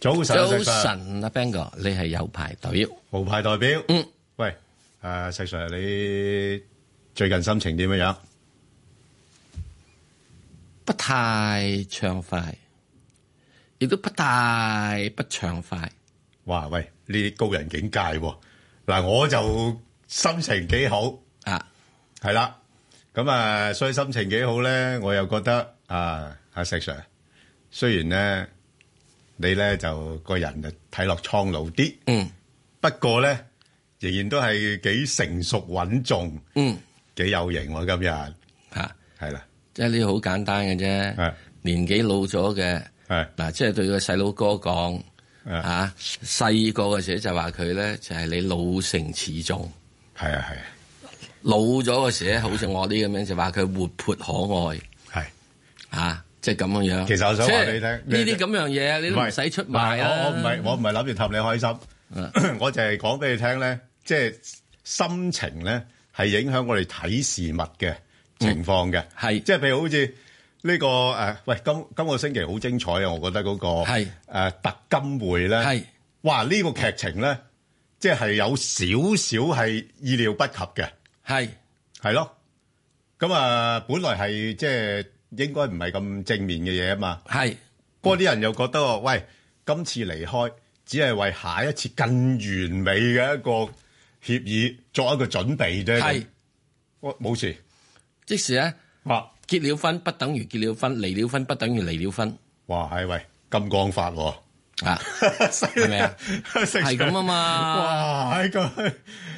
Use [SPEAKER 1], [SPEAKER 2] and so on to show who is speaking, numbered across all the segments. [SPEAKER 1] 早晨啊
[SPEAKER 2] 早
[SPEAKER 1] 石 Sir
[SPEAKER 2] 晨啊，Bang 哥，你係有排隊。
[SPEAKER 1] 無牌代表。嗯，喂，誒石 Sir，你最近心情點樣樣？
[SPEAKER 2] 不太暢快，亦都不太不暢快。
[SPEAKER 1] 哇，喂，呢啲高人境界喎、嗱，我就心情幾好
[SPEAKER 2] 啊，
[SPEAKER 1] 係啦。咁啊，所以心情幾好咧，我又覺得啊，阿石 Sir，雖然咧你咧就個人就睇落蒼老啲，
[SPEAKER 2] 嗯，
[SPEAKER 1] 不過咧仍然都係幾成熟穩重，
[SPEAKER 2] 嗯，
[SPEAKER 1] 幾有型喎、今日
[SPEAKER 2] 嚇，
[SPEAKER 1] 係啦，
[SPEAKER 2] 啊即係呢啲好簡單嘅啫
[SPEAKER 1] 係。
[SPEAKER 2] 年紀老咗嘅，
[SPEAKER 1] 係
[SPEAKER 2] 嗱，即係對個細佬哥講，
[SPEAKER 1] 係
[SPEAKER 2] 嚇細個嘅時候就話佢咧，就係你老成持重。
[SPEAKER 1] 係啊，係啊。
[SPEAKER 2] 老咗嘅時咧，好似我啲咁樣就話佢活潑可愛
[SPEAKER 1] 係
[SPEAKER 2] 啊，即係咁樣樣。
[SPEAKER 1] 其實我想話你聽
[SPEAKER 2] 即係呢啲咁樣嘢，你都唔使出賣啊啦。
[SPEAKER 1] 我我唔係我唔係諗住氹你開心， 我就係講俾你聽咧，即係心情咧係影響我哋睇事物嘅情況嘅。
[SPEAKER 2] 係
[SPEAKER 1] 即係譬如好似呢個誒，喂，今今個星期好精彩啊！我覺得嗰個
[SPEAKER 2] 係
[SPEAKER 1] 誒特金會咧，
[SPEAKER 2] 係
[SPEAKER 1] 哇呢個劇情咧，即係有少少係意料不及嘅。
[SPEAKER 2] 係
[SPEAKER 1] 係咯，咁啊，本來係即係應該唔係咁正面嘅嘢啊嘛，
[SPEAKER 2] 係
[SPEAKER 1] 不過啲人又覺得喎，喂，今次離開只係為下一次更完美嘅一個協議作一個準備啫。
[SPEAKER 2] 係，
[SPEAKER 1] 我冇事。
[SPEAKER 2] 即使咧
[SPEAKER 1] 哇，
[SPEAKER 2] 結了婚不等於結了婚，離了婚不等於離了婚
[SPEAKER 1] 哇，係喂，金剛法喎，
[SPEAKER 2] 啊，
[SPEAKER 1] 係
[SPEAKER 2] 係 咪啊？係
[SPEAKER 1] 係
[SPEAKER 2] 咁啊嘛。
[SPEAKER 1] 哇，係咁，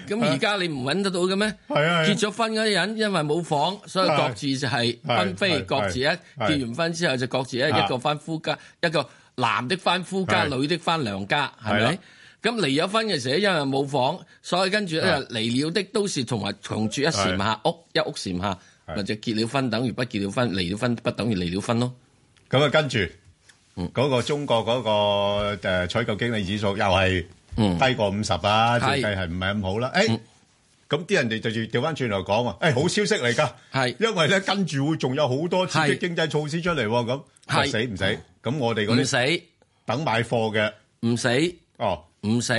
[SPEAKER 2] 咁而家你唔揾得到嘅咩？
[SPEAKER 1] 係啊係啊
[SPEAKER 2] 結咗婚嗰啲人因為冇房，所以
[SPEAKER 1] 係
[SPEAKER 2] 各自就係
[SPEAKER 1] 係
[SPEAKER 2] 分飛，
[SPEAKER 1] 係
[SPEAKER 2] 各自一
[SPEAKER 1] 係
[SPEAKER 2] 結完婚之後就各自一
[SPEAKER 1] 啊
[SPEAKER 2] 一個翻夫家，一個男的翻夫家，
[SPEAKER 1] 係
[SPEAKER 2] 女的翻娘家，係
[SPEAKER 1] 係啦
[SPEAKER 2] 咪？咁離咗婚嘅時候，因為冇房，所以跟住咧哎
[SPEAKER 1] 係
[SPEAKER 2] 離了的都是同埋同住一檐下屋，一屋檐下，
[SPEAKER 1] 係
[SPEAKER 2] 或者結了婚等於不結了婚，離了婚不等於離了婚咯。
[SPEAKER 1] 咁啊，跟住嗰個中國嗰個誒採購經理指數又係
[SPEAKER 2] 嗯
[SPEAKER 1] 低過五十啊，照
[SPEAKER 2] 係
[SPEAKER 1] 計係唔係咁好啦？誒，咁啲人哋就調翻轉頭講話，誒好消息嚟㗎，
[SPEAKER 2] 係
[SPEAKER 1] 因為咧跟住會仲有好多刺激
[SPEAKER 2] 係
[SPEAKER 1] 經濟措施出嚟喎，咁
[SPEAKER 2] 係
[SPEAKER 1] 喂死唔死？咁我哋嗰
[SPEAKER 2] 唔
[SPEAKER 1] 啲
[SPEAKER 2] 死
[SPEAKER 1] 等買貨嘅，
[SPEAKER 2] 唔死。
[SPEAKER 1] 哦，
[SPEAKER 2] 唔死，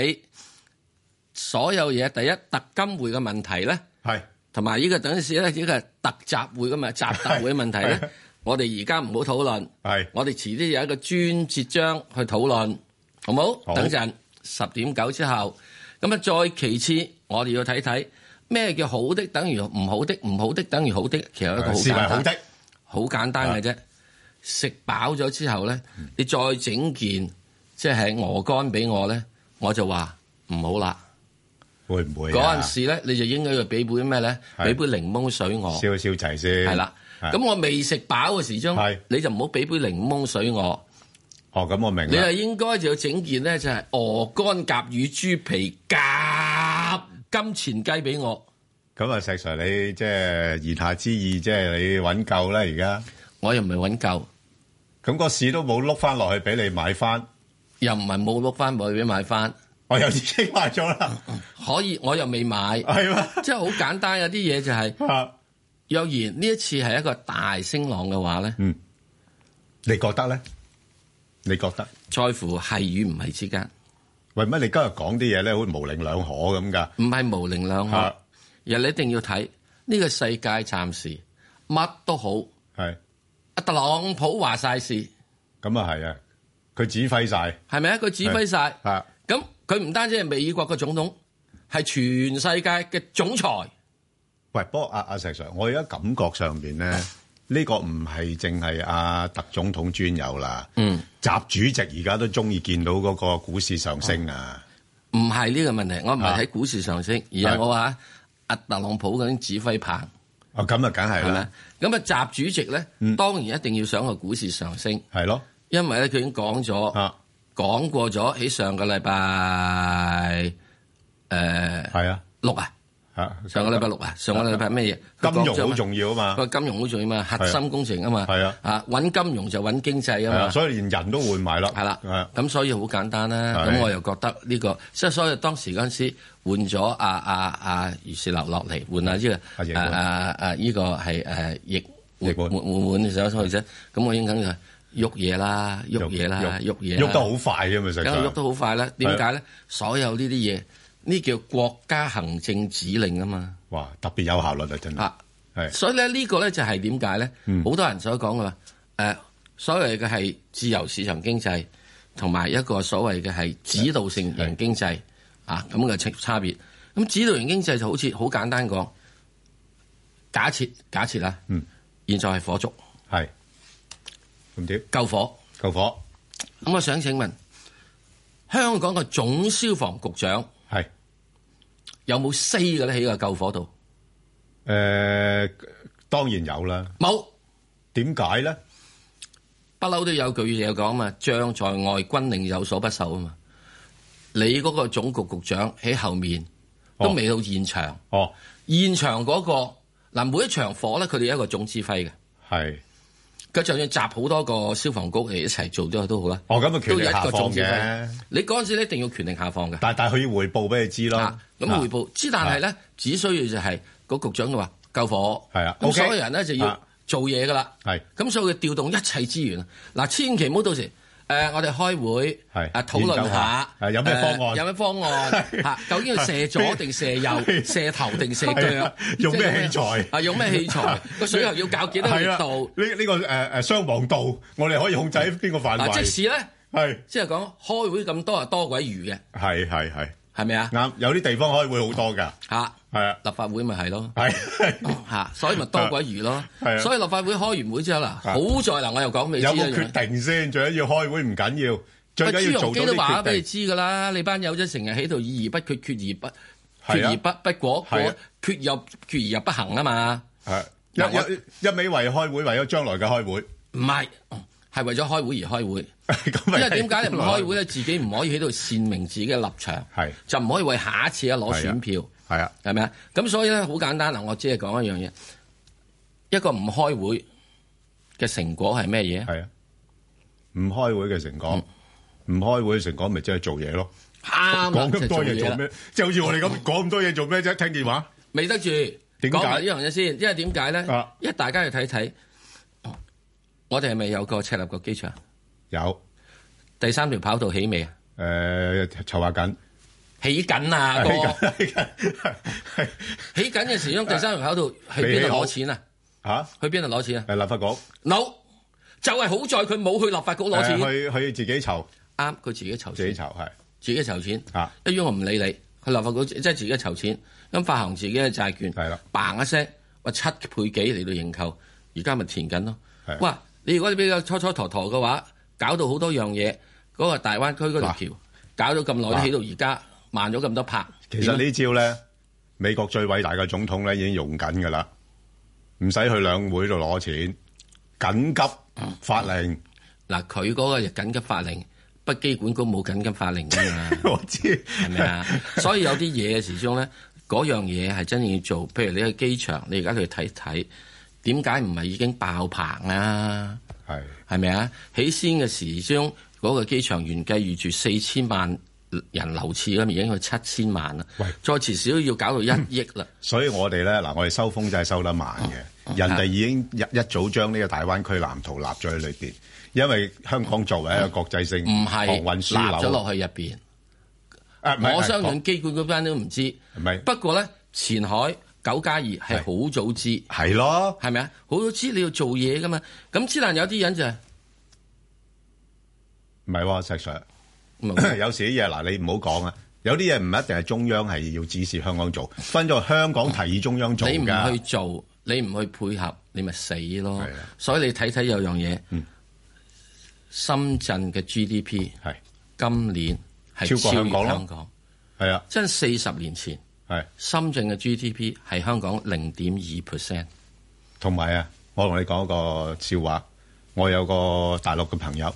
[SPEAKER 2] 所有嘢第一特金會嘅問題咧，
[SPEAKER 1] 係
[SPEAKER 2] 同埋呢個等陣時咧，呢個係特集會嘅嘛，集特會嘅問題
[SPEAKER 1] 係
[SPEAKER 2] 咧， 我哋而家唔好討論，
[SPEAKER 1] 係
[SPEAKER 2] 我哋遲啲有一個專節章去討論，好冇？
[SPEAKER 1] 好
[SPEAKER 2] 等陣十點九之後，咁啊再其次，我哋要睇睇咩叫好的等於唔好的，唔好的等於好的，其實有一個好
[SPEAKER 1] 啊視為
[SPEAKER 2] 簡
[SPEAKER 1] 好
[SPEAKER 2] 單
[SPEAKER 1] 的，
[SPEAKER 2] 好簡
[SPEAKER 1] 啊
[SPEAKER 2] 單嘅啫。食飽咗之後咧，你再整件即係鵝肝俾我咧，我就話唔好啦。
[SPEAKER 1] 會唔會
[SPEAKER 2] 嗰
[SPEAKER 1] 啊
[SPEAKER 2] 陣？時咧，你就應該要俾杯咩咧？
[SPEAKER 1] 係
[SPEAKER 2] 俾杯檸檬水我，
[SPEAKER 1] 燒一燒齊先，
[SPEAKER 2] 係啦。
[SPEAKER 1] 係
[SPEAKER 2] 咁我未食飽嘅時
[SPEAKER 1] 係
[SPEAKER 2] 鐘，你就唔好俾杯檸檬水我。
[SPEAKER 1] 哦，咁我明
[SPEAKER 2] 你
[SPEAKER 1] 啦
[SPEAKER 2] 係，應該就要整件咧，就係鵝肝夾乳豬皮夾金錢雞俾我，
[SPEAKER 1] 咁啊，石 Sir 你即係言下之意，即係你揾夠啦而家。
[SPEAKER 2] 我又唔係揾夠，
[SPEAKER 1] 咁個市都冇碌翻落去俾你買翻，
[SPEAKER 2] 又唔係冇碌翻去俾買翻，
[SPEAKER 1] 我又已經買咗啦，
[SPEAKER 2] 可以我又未 買，
[SPEAKER 1] 係嘛？
[SPEAKER 2] 即係好簡單有啲嘢就係、
[SPEAKER 1] 啊，
[SPEAKER 2] 若然呢一次係一個大升浪嘅話咧，
[SPEAKER 1] 嗯，你覺得咧？你覺得？
[SPEAKER 2] 在乎係與唔係之間，
[SPEAKER 1] 喂，乜你今日講啲嘢咧，好似模棱兩可咁噶？
[SPEAKER 2] 唔係模棱兩可，
[SPEAKER 1] 啊
[SPEAKER 2] 而你一定要睇呢、個世界暫時乜都好，
[SPEAKER 1] 係，
[SPEAKER 2] 阿特朗普話晒事，
[SPEAKER 1] 咁啊係啊，佢指揮晒
[SPEAKER 2] 係咪啊？佢指揮晒，
[SPEAKER 1] 啊，
[SPEAKER 2] 咁佢唔單止係美國嘅總統，係全世界嘅總裁，
[SPEAKER 1] 喂，不過阿阿石 Sir，我而家感覺上邊咧，呢個唔係淨係阿特總統專有啦，嗯，習主席而家都中意見到嗰個股市上升啊，
[SPEAKER 2] 唔係呢個問題。我唔係
[SPEAKER 1] 啊
[SPEAKER 2] 睇股市上升，而
[SPEAKER 1] 係
[SPEAKER 2] 係我話阿特朗普嗰啲指揮棒。
[SPEAKER 1] 哦，咁啊，梗係
[SPEAKER 2] 係
[SPEAKER 1] 啦嗯
[SPEAKER 2] 咪，？咁啊，習主席咧，當然一定要想個股市上升，
[SPEAKER 1] 係咯，
[SPEAKER 2] 因為咧佢已經講咗，
[SPEAKER 1] 啊，
[SPEAKER 2] 講過咗喺上個禮拜誒
[SPEAKER 1] 係啊，
[SPEAKER 2] 六啊，
[SPEAKER 1] 啊，
[SPEAKER 2] 上個禮拜六啊，上個禮拜咩嘢？
[SPEAKER 1] 金
[SPEAKER 2] 佢講咗
[SPEAKER 1] 融
[SPEAKER 2] 嘛
[SPEAKER 1] 好重要啊嘛。
[SPEAKER 2] 個金融好重要嘛，核心工程啊嘛，
[SPEAKER 1] 係啊
[SPEAKER 2] 啊揾金融就揾經濟
[SPEAKER 1] 係啊，
[SPEAKER 2] 啊嘛，
[SPEAKER 1] 所以連人都換埋啦。
[SPEAKER 2] 係
[SPEAKER 1] 係啊
[SPEAKER 2] 啦，咁所以好簡單啦。
[SPEAKER 1] 係
[SPEAKER 2] 咁我又覺得呢個，即係所以當時嗰陣時換咗啊啊啊余士流落嚟，換啊呢
[SPEAKER 1] 阿易
[SPEAKER 2] 個
[SPEAKER 1] 煥
[SPEAKER 2] 啊啊啊呢個係誒易
[SPEAKER 1] 易煥
[SPEAKER 2] 換換換換上去啫。咁我應緊就喐嘢啦，喐嘢啦，
[SPEAKER 1] 喐
[SPEAKER 2] 喐嘢啦
[SPEAKER 1] 喐得好快嘅嘛，實
[SPEAKER 2] 因為喐
[SPEAKER 1] 在
[SPEAKER 2] 得好快啦。點解咧？所有呢啲嘢，呢叫國家行政指令啊嘛。
[SPEAKER 1] 哇，特別有效率啊，真係
[SPEAKER 2] 啊，
[SPEAKER 1] 係
[SPEAKER 2] 所以咧呢個咧就係點解咧？
[SPEAKER 1] 嗯
[SPEAKER 2] 好多人所講嘅話，誒所謂嘅係自由市場經濟，同埋一個所謂嘅係指導性型經濟啊咁嘅差差別。咁指導型經濟就好似好簡單講，假設假設啦，
[SPEAKER 1] 嗯
[SPEAKER 2] 現在係火燭
[SPEAKER 1] 係咁點
[SPEAKER 2] 救火，
[SPEAKER 1] 救火
[SPEAKER 2] 咁我想請問香港嘅總消防局長
[SPEAKER 1] 係
[SPEAKER 2] 有冇 say 嘅咧喺個救火度？
[SPEAKER 1] 誒，當然有啦。
[SPEAKER 2] 冇，
[SPEAKER 1] 點解咧？
[SPEAKER 2] 不嬲都有句嘢講嘛，將在外，軍令有所不受啊嘛。你嗰個總局局長喺後面都
[SPEAKER 1] 哦
[SPEAKER 2] 未到現場，
[SPEAKER 1] 哦，
[SPEAKER 2] 現場嗰、個嗱每一場火咧，佢哋有一個總指揮嘅，
[SPEAKER 1] 係
[SPEAKER 2] 佢就算集好多個消防局嚟一齊做咗都好啦，
[SPEAKER 1] 哦，咁啊，權
[SPEAKER 2] 都
[SPEAKER 1] 力
[SPEAKER 2] 有一
[SPEAKER 1] 下
[SPEAKER 2] 個
[SPEAKER 1] 放
[SPEAKER 2] 總指
[SPEAKER 1] 嘅
[SPEAKER 2] 揮。。你嗰陣時一定要權力下放嘅。
[SPEAKER 1] 但但佢要匯報俾你知咯
[SPEAKER 2] 啊，。咁匯報之，但係咧，只需要就係個局長就話救火，
[SPEAKER 1] 啊係啊
[SPEAKER 2] 咁
[SPEAKER 1] OK，
[SPEAKER 2] 所有人咧就
[SPEAKER 1] 啊
[SPEAKER 2] 要做嘢噶啦，
[SPEAKER 1] 係
[SPEAKER 2] 咁所以佢調動一切資源啊，嗱，千祈唔好到時誒我哋開會
[SPEAKER 1] 係
[SPEAKER 2] 啊討論
[SPEAKER 1] 研究下
[SPEAKER 2] 下
[SPEAKER 1] 啊有咩方案
[SPEAKER 2] 誒有咩方案
[SPEAKER 1] 係
[SPEAKER 2] 嚇？究竟要射左
[SPEAKER 1] 係
[SPEAKER 2] 定射右
[SPEAKER 1] 係，
[SPEAKER 2] 射頭定射
[SPEAKER 1] 係
[SPEAKER 2] 腳
[SPEAKER 1] 啊，用咩
[SPEAKER 2] 即係
[SPEAKER 1] 器材
[SPEAKER 2] 啊？用咩器材？個水喉要搞幾多
[SPEAKER 1] 係啦
[SPEAKER 2] 熱度？
[SPEAKER 1] 呢呢個誒誒傷亡度，我哋可以控制喺邊個範
[SPEAKER 2] 啊嗱，即
[SPEAKER 1] 圍？
[SPEAKER 2] 使咧，
[SPEAKER 1] 係
[SPEAKER 2] 即係講開會咁多啊，多鬼餘嘅，
[SPEAKER 1] 係係係
[SPEAKER 2] 係咪啊？
[SPEAKER 1] 啱，有啲地方開會好多㗎，
[SPEAKER 2] 嚇，
[SPEAKER 1] 係啊，
[SPEAKER 2] 立法會咪係咯。
[SPEAKER 1] 係
[SPEAKER 2] 吓，所以咪多鬼魚咯
[SPEAKER 1] 係啊。
[SPEAKER 2] 所以立法會開完會之後啦，好在嗱，我又講俾你知
[SPEAKER 1] 有
[SPEAKER 2] 一
[SPEAKER 1] 冇
[SPEAKER 2] 樣嘢。
[SPEAKER 1] 決定先？最緊要開會唔緊要，最
[SPEAKER 2] 喂
[SPEAKER 1] 緊
[SPEAKER 2] 朱
[SPEAKER 1] 要
[SPEAKER 2] 鎔
[SPEAKER 1] 做
[SPEAKER 2] 基
[SPEAKER 1] 到
[SPEAKER 2] 都話
[SPEAKER 1] 啲
[SPEAKER 2] 咗俾你
[SPEAKER 1] 決定。
[SPEAKER 2] 知㗎啦，你班友仔成日喺度議而不決，決而不
[SPEAKER 1] 係
[SPEAKER 2] 決
[SPEAKER 1] 啊
[SPEAKER 2] 而不不果，
[SPEAKER 1] 係啊
[SPEAKER 2] 果決又決而又不行啊嘛。
[SPEAKER 1] 係
[SPEAKER 2] 嗱我
[SPEAKER 1] 一一一味為開會，為咗將來嘅開會，
[SPEAKER 2] 唔係，係為咗開會而開會。
[SPEAKER 1] 咁
[SPEAKER 2] 因
[SPEAKER 1] 咪
[SPEAKER 2] 為點解你唔開會咧？自己唔可以喺度闡明自己嘅立場，
[SPEAKER 1] 係
[SPEAKER 2] 就唔可以為下一次啊攞
[SPEAKER 1] 係啊
[SPEAKER 2] 選票。
[SPEAKER 1] 係啊，
[SPEAKER 2] 係咪啊？咁所以咧，好簡單嗱，我只係講一樣嘢，一個唔開會嘅成果係咩嘢？
[SPEAKER 1] 係啊，唔開會嘅成果，唔開會嘅成果咪即係做嘢咯。
[SPEAKER 2] 啱啦
[SPEAKER 1] 講咁多嘢
[SPEAKER 2] 就
[SPEAKER 1] 做
[SPEAKER 2] 啦
[SPEAKER 1] 咩？即係好似我哋咁講咁多嘢做咩啫？聽電話
[SPEAKER 2] 未得住，
[SPEAKER 1] 點解
[SPEAKER 2] 講埋呢樣嘢先，因為點解咧
[SPEAKER 1] 啊？
[SPEAKER 2] 因為大家要睇睇，哦我哋係咪有個赤鱲角機場
[SPEAKER 1] 有
[SPEAKER 2] 第三條跑道起未啊？
[SPEAKER 1] 誒，籌劃緊，
[SPEAKER 2] 起 緊啊，哥！
[SPEAKER 1] 係
[SPEAKER 2] 起緊嘅時鐘，第三條跑道去
[SPEAKER 1] 啊未
[SPEAKER 2] 邊
[SPEAKER 1] 起
[SPEAKER 2] 度
[SPEAKER 1] 好
[SPEAKER 2] 攞錢啊？
[SPEAKER 1] 嚇
[SPEAKER 2] 去邊度攞錢啊
[SPEAKER 1] 誒立法局
[SPEAKER 2] ？no，就係好在佢冇去立法局攞錢，
[SPEAKER 1] 誒
[SPEAKER 2] 啱
[SPEAKER 1] 去去自己籌
[SPEAKER 2] 佢自己籌
[SPEAKER 1] 自己
[SPEAKER 2] 錢，
[SPEAKER 1] 籌係
[SPEAKER 2] 自己籌錢。
[SPEAKER 1] 啊
[SPEAKER 2] 一於我唔理你，去立法局即係自己籌錢，咁發行自己嘅債券，
[SPEAKER 1] 係啦
[SPEAKER 2] 嘭一聲，話七倍幾嚟到認購，而家咪填緊咯
[SPEAKER 1] 係。啊
[SPEAKER 2] 哇！你如果你比較初初陀陀嘅話，搞到好多樣嘢，嗰、個大灣區嗰條橋搞咗咁耐，都起到而家慢咗咁多拍。
[SPEAKER 1] 其實
[SPEAKER 2] 點啊
[SPEAKER 1] 呢招咧，美國最偉大嘅總統咧已經用緊㗎啦，唔使去兩會度攞錢，緊急法令
[SPEAKER 2] 嗱，佢嗰個緊急法令，北機管局冇緊急法令㗎嘛。
[SPEAKER 1] 我知
[SPEAKER 2] 係咪 啊？所以有啲嘢始終咧，嗰樣嘢係真正要做。譬如你去機場，你而家去睇睇，點解唔係已經爆棚啊？
[SPEAKER 1] 係
[SPEAKER 2] 係咪啊？起先嘅時鐘嗰個機場原計預住四千萬人流次咁，已經去七千萬啦。
[SPEAKER 1] 喂
[SPEAKER 2] 再遲少要搞到一億 啦。
[SPEAKER 1] 所以我哋咧嗱，我哋收風就係收得慢嘅，人哋已經一一早將呢個大灣區藍圖立咗喺裏邊，因為香港作為一個國際性
[SPEAKER 2] 唔
[SPEAKER 1] 航
[SPEAKER 2] 係
[SPEAKER 1] 哦運
[SPEAKER 2] 立
[SPEAKER 1] 樞
[SPEAKER 2] 咗
[SPEAKER 1] 紐，
[SPEAKER 2] 落去入邊，
[SPEAKER 1] 誒唔係嗯
[SPEAKER 2] 我
[SPEAKER 1] 係
[SPEAKER 2] 相
[SPEAKER 1] 講
[SPEAKER 2] 信機管嗰班都唔知
[SPEAKER 1] 唔係。
[SPEAKER 2] 不過咧，前海九加二係好早知。
[SPEAKER 1] 係咯，
[SPEAKER 2] 係咪啊？好多知你要做嘢噶嘛。咁之但有啲人就係
[SPEAKER 1] 唔係喎，石 Sir。
[SPEAKER 2] 唔係
[SPEAKER 1] 有時啲嘢嗱，你唔好講啊。有啲嘢唔一定係中央係要指示香港做，分咗香港提議中央做
[SPEAKER 2] 你唔
[SPEAKER 1] 㗎
[SPEAKER 2] 去。做，你唔去配合，你咪死咯
[SPEAKER 1] 係啊。嗯
[SPEAKER 2] 所以你睇睇有樣嘢，深圳嘅 GDP
[SPEAKER 1] 係
[SPEAKER 2] 今年係
[SPEAKER 1] 超過
[SPEAKER 2] 超
[SPEAKER 1] 香港
[SPEAKER 2] 越
[SPEAKER 1] 咯
[SPEAKER 2] 香港，
[SPEAKER 1] 係啊，
[SPEAKER 2] 真四十年前
[SPEAKER 1] 係
[SPEAKER 2] 深圳嘅 GDP 係香港零點二 percent。
[SPEAKER 1] 同埋啊，我同你講個笑話。我有個大陸嘅朋友，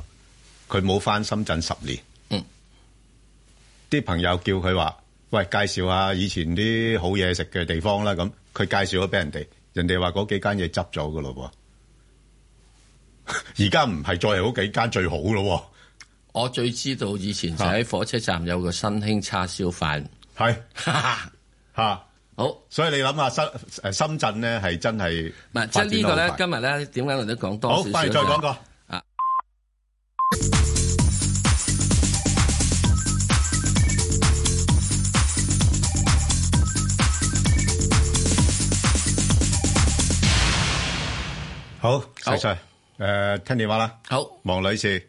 [SPEAKER 1] 佢冇翻深圳十年。
[SPEAKER 2] 嗯，
[SPEAKER 1] 啲朋友叫佢話：喂，介紹下以前啲好嘢食嘅地方啦。咁佢介紹咗俾人哋，人哋話嗰幾間嘢執咗㗎咯喎。而家唔係再係嗰幾間最好咯
[SPEAKER 2] 我最知道以前就喺火車站有個新興叉燒飯，
[SPEAKER 1] 喎，係嚇。
[SPEAKER 2] 好。
[SPEAKER 1] 所以你諗下深誒深圳咧係真係
[SPEAKER 2] 唔係，即
[SPEAKER 1] 發
[SPEAKER 2] 係呢個
[SPEAKER 1] 展得好
[SPEAKER 2] 咧
[SPEAKER 1] 快，
[SPEAKER 2] 今日咧點解我哋都講多
[SPEAKER 1] 好，
[SPEAKER 2] 少少
[SPEAKER 1] 翻嚟再
[SPEAKER 2] 就係
[SPEAKER 1] 講過。好，石 Sir，誒聽電話啦，
[SPEAKER 2] 好，
[SPEAKER 1] 黃女士，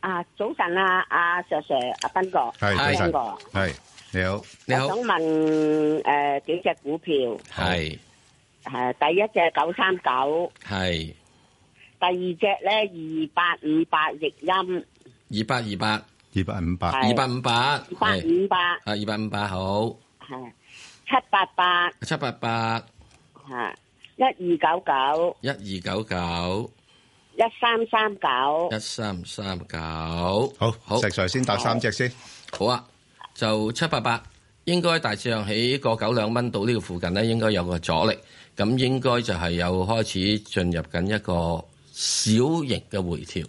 [SPEAKER 3] 啊，早晨啊，阿 Sir Sir，阿斌哥，
[SPEAKER 1] 係
[SPEAKER 2] 係
[SPEAKER 1] 早
[SPEAKER 3] 斌
[SPEAKER 1] 晨
[SPEAKER 3] 哥，，
[SPEAKER 1] 係你好，
[SPEAKER 2] 你好
[SPEAKER 3] 我想問誒幾隻股票？
[SPEAKER 2] 係
[SPEAKER 3] 誒，第一隻九三九，
[SPEAKER 2] 係
[SPEAKER 3] 第二隻咧二八五八逆音，
[SPEAKER 2] 二八二八
[SPEAKER 1] 二百五百，
[SPEAKER 3] 係
[SPEAKER 2] 二八五八，
[SPEAKER 3] 二八
[SPEAKER 2] 係
[SPEAKER 3] 五八，
[SPEAKER 2] 啊二八五八好，
[SPEAKER 3] 係七八八，
[SPEAKER 2] 七八八
[SPEAKER 3] 嚇一二九九，
[SPEAKER 2] 一二九九
[SPEAKER 3] 一三三九，
[SPEAKER 2] 一三三九，
[SPEAKER 1] 好，
[SPEAKER 2] 好
[SPEAKER 1] 石 Sir 先答三隻先，
[SPEAKER 2] 好啊，就七八八，應該大致上喺個九兩蚊到呢個附近咧，應該有個阻力，咁應該就係有開始進入緊一個小型嘅回調。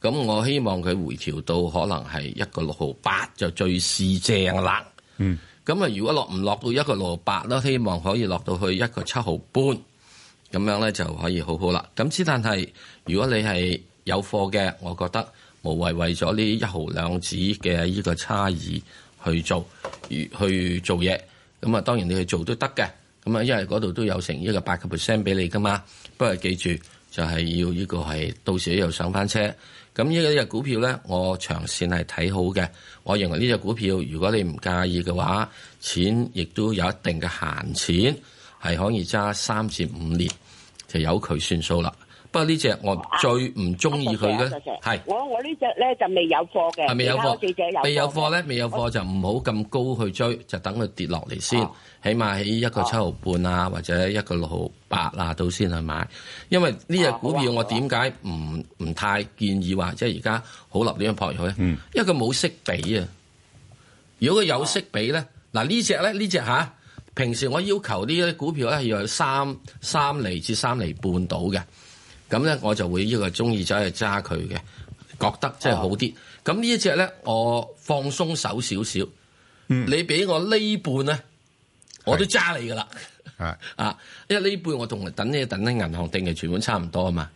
[SPEAKER 2] 咁我希望佢回調到可能係一個六毫八就最是正啦。
[SPEAKER 1] 嗯，
[SPEAKER 2] 咁啊，如果落唔落到一個六毫八啦，希望可以落到去一個七毫半，咁樣咧就可以好好啦。咁之但係，如果你係有貨嘅，我覺得無謂為咗呢一毫兩子嘅呢個差異去做去去做嘢。咁啊，當然你去做都得嘅。咁啊，因為嗰度都有成一個八個 percent 俾你噶嘛。不過記住就係要呢個係到時又上翻車。咁呢只股票咧，我長線係睇好嘅。我認為呢只股票，如果你唔介意嘅話，錢亦都有一定嘅閒錢，係可以揸三至五年，就由佢算數啦。不過呢只我最唔中意佢
[SPEAKER 3] 多謝
[SPEAKER 2] 嘅
[SPEAKER 3] 多謝
[SPEAKER 2] 係啊
[SPEAKER 3] 我我呢隻咧就未有貨嘅，
[SPEAKER 2] 係未有
[SPEAKER 3] 其他嗰四隻
[SPEAKER 2] 貨，未有貨咧，未有貨
[SPEAKER 3] 我
[SPEAKER 2] 就唔好咁高去追，就等佢跌落嚟先
[SPEAKER 3] 哦，
[SPEAKER 2] 起碼喺一個
[SPEAKER 3] 哦
[SPEAKER 2] 七毫半啊，或者一個六毫八啊，到先去買。因為呢只股票
[SPEAKER 3] 哦好啊
[SPEAKER 2] 我點解唔唔太建議話即係而家好立亂咁撲入去咧？
[SPEAKER 1] 嗯
[SPEAKER 2] 因為佢冇息比啊。如果佢有息比咧，嗱呢只咧呢只嚇，平時我要求呢啲股票咧係要有三三厘至三厘半到嘅。咁咧我就會呢個中意走去揸佢嘅，覺得真係好
[SPEAKER 3] 啊
[SPEAKER 2] 啲。咁呢一隻咧，我放鬆手少少，
[SPEAKER 1] 嗯
[SPEAKER 2] 你俾我呢半咧，我都揸你噶啦。
[SPEAKER 1] 啊，
[SPEAKER 2] 啊，因為呢半我同等呢等呢銀行定期存款差唔多啊嘛，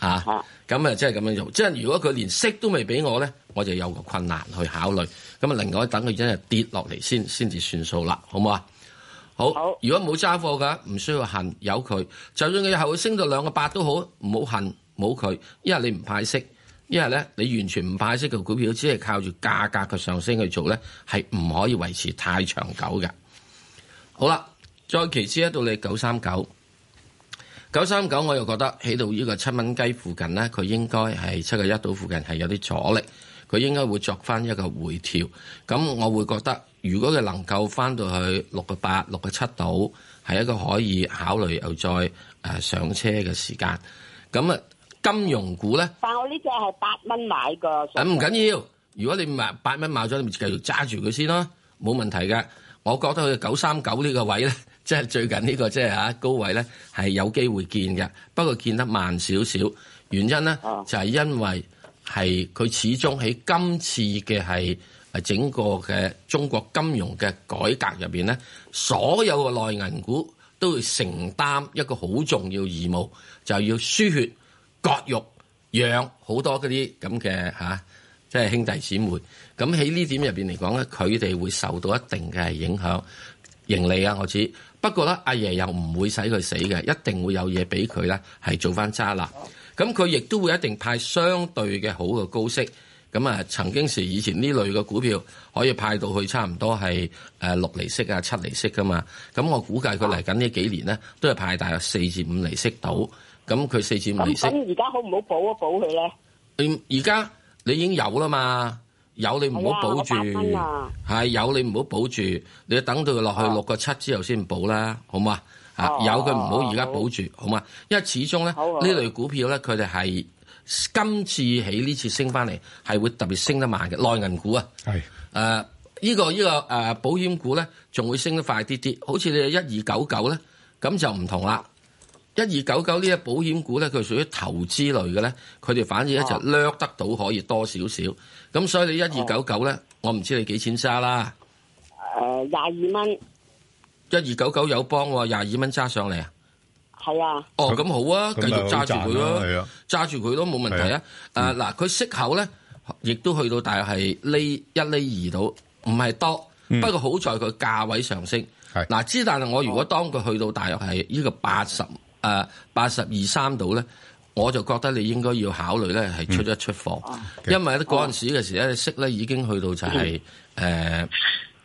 [SPEAKER 2] 嚇、
[SPEAKER 3] 啊
[SPEAKER 2] 咁啊即係咁樣做。即係如果佢連息都未俾我咧，我就有個困難去考慮。咁啊，另外等佢真係跌落嚟先先至算數啦，好唔好啊？好，
[SPEAKER 3] 好
[SPEAKER 2] 如果冇揸貨㗎，唔需要恨，由佢。就算佢後升到兩個八都好，唔好恨，冇佢，因為你唔派息，因為咧你完全唔派息嘅股票，只係靠住價格嘅上升去做咧，係唔可以維持太長久嘅。好啦，再其次咧到你九三九，九三九我又覺得起到呢個七蚊雞附近咧，佢應該係七個一到附近係有啲阻力，佢應該會作翻一個回調。咁我會覺得，如果佢能夠翻到去六個八、六個七度，係一個可以考慮又再誒、呃上車嘅時間。咁啊，金融股咧。
[SPEAKER 3] 但我呢隻係八蚊買個，
[SPEAKER 2] 咁唔緊要，如果你買八蚊買咗，你咪繼續揸住佢先咯，冇問題嘅。我覺得佢九三九呢個 位咧，即係最近呢、個即係嚇高位咧，係有機會見嘅，不過見得慢少少。原因咧
[SPEAKER 3] 哦
[SPEAKER 2] 就係因為係佢始終喺今次嘅係誒整個嘅中國金融嘅改革入邊咧，所有嘅內銀股都要承擔一個好重要義務，就係要輸血割肉。養好多嗰啲咁嘅啊嚇，即係兄弟姊妹。咁喺呢點入邊嚟講咧，佢哋會受到一定嘅影響盈利啊，我知。不過咧，阿爺又唔會使佢死嘅，一定會有嘢俾佢咧，係做翻渣啦。咁佢亦都會一定派相對嘅好嘅高息。咁啊，曾經時以前呢類嘅股票可以派到去差唔多係誒六厘息啊、七厘息噶嘛。咁我估計佢嚟緊呢幾年咧，都係派大約四至五厘息到。咁佢四至五厘
[SPEAKER 3] 咁
[SPEAKER 2] 息。
[SPEAKER 3] 咁而家好唔好補一補佢咧？
[SPEAKER 2] 你而家你已經有啦嘛，有你唔好保住，
[SPEAKER 3] 係啊我八蚊啊
[SPEAKER 2] 係有你唔好保住，你要等到佢落去
[SPEAKER 3] 哦
[SPEAKER 2] 六個七之後先保啦，好嘛？啊
[SPEAKER 3] 哦，
[SPEAKER 2] 有佢唔好而家
[SPEAKER 3] 好
[SPEAKER 2] 保住，好嘛？因為始終咧
[SPEAKER 3] 好好
[SPEAKER 2] 呢類股票咧，佢哋係今次起呢次升翻嚟係會特別升得慢嘅內銀股啊。
[SPEAKER 1] 係
[SPEAKER 2] 誒呢個呢個誒保險股咧，仲會升得快啲啲。好似你一二九九咧，咁就唔同啦。一二九九呢個保險股咧，佢屬於投資類嘅咧，佢哋反而咧就
[SPEAKER 3] 哦
[SPEAKER 2] 掠得到可以多少少。咁所以你一二九九咧，我唔知你幾錢揸啦。
[SPEAKER 3] 誒廿二蚊，
[SPEAKER 2] 一二九九友邦喎，廿二蚊揸上嚟啊！
[SPEAKER 3] 係啊，
[SPEAKER 2] 哦，
[SPEAKER 1] 咁
[SPEAKER 2] 咁好啊，繼
[SPEAKER 1] 咁咪
[SPEAKER 2] 續揸住佢
[SPEAKER 1] 好賺咯係
[SPEAKER 2] 咯
[SPEAKER 1] 啊，嗯
[SPEAKER 2] 揸住佢咯，冇問題啊。誒嗱，佢息口咧，亦都去到大約係呢一呢二度，唔係多，
[SPEAKER 1] 嗯
[SPEAKER 2] 不過好在佢價位上升。
[SPEAKER 1] 係
[SPEAKER 2] 嗱，之但係我如果當佢去到大約係呢個八十誒八十二三度咧，我就覺得你應該要考慮咧係出一出貨，因為咧嗰陣時嘅時咧息咧已經去到就係誒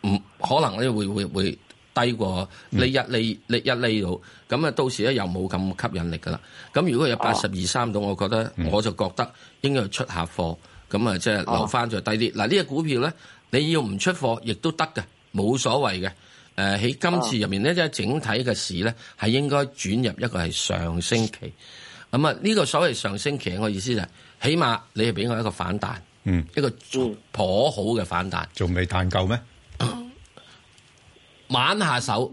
[SPEAKER 2] 唔可能咧會會會低過呢一厘呢一厘度，咁啊到時咧又冇咁吸引力噶啦。咁如果有八十二三度，我覺得我就覺得應該要出下貨，咁啊即係留翻再低啲。嗱呢只股票咧，你要唔出貨亦都得嘅，冇所謂嘅。誒喺今次入面咧，即係整體嘅市咧，係應該轉入一個係上升期。咁啊，呢個所謂上升期，我意思就係、起碼你係俾我一個反彈，
[SPEAKER 1] 嗯，
[SPEAKER 2] 一個頗好嘅反彈，
[SPEAKER 1] 仲未彈夠咩？
[SPEAKER 2] 玩 下手。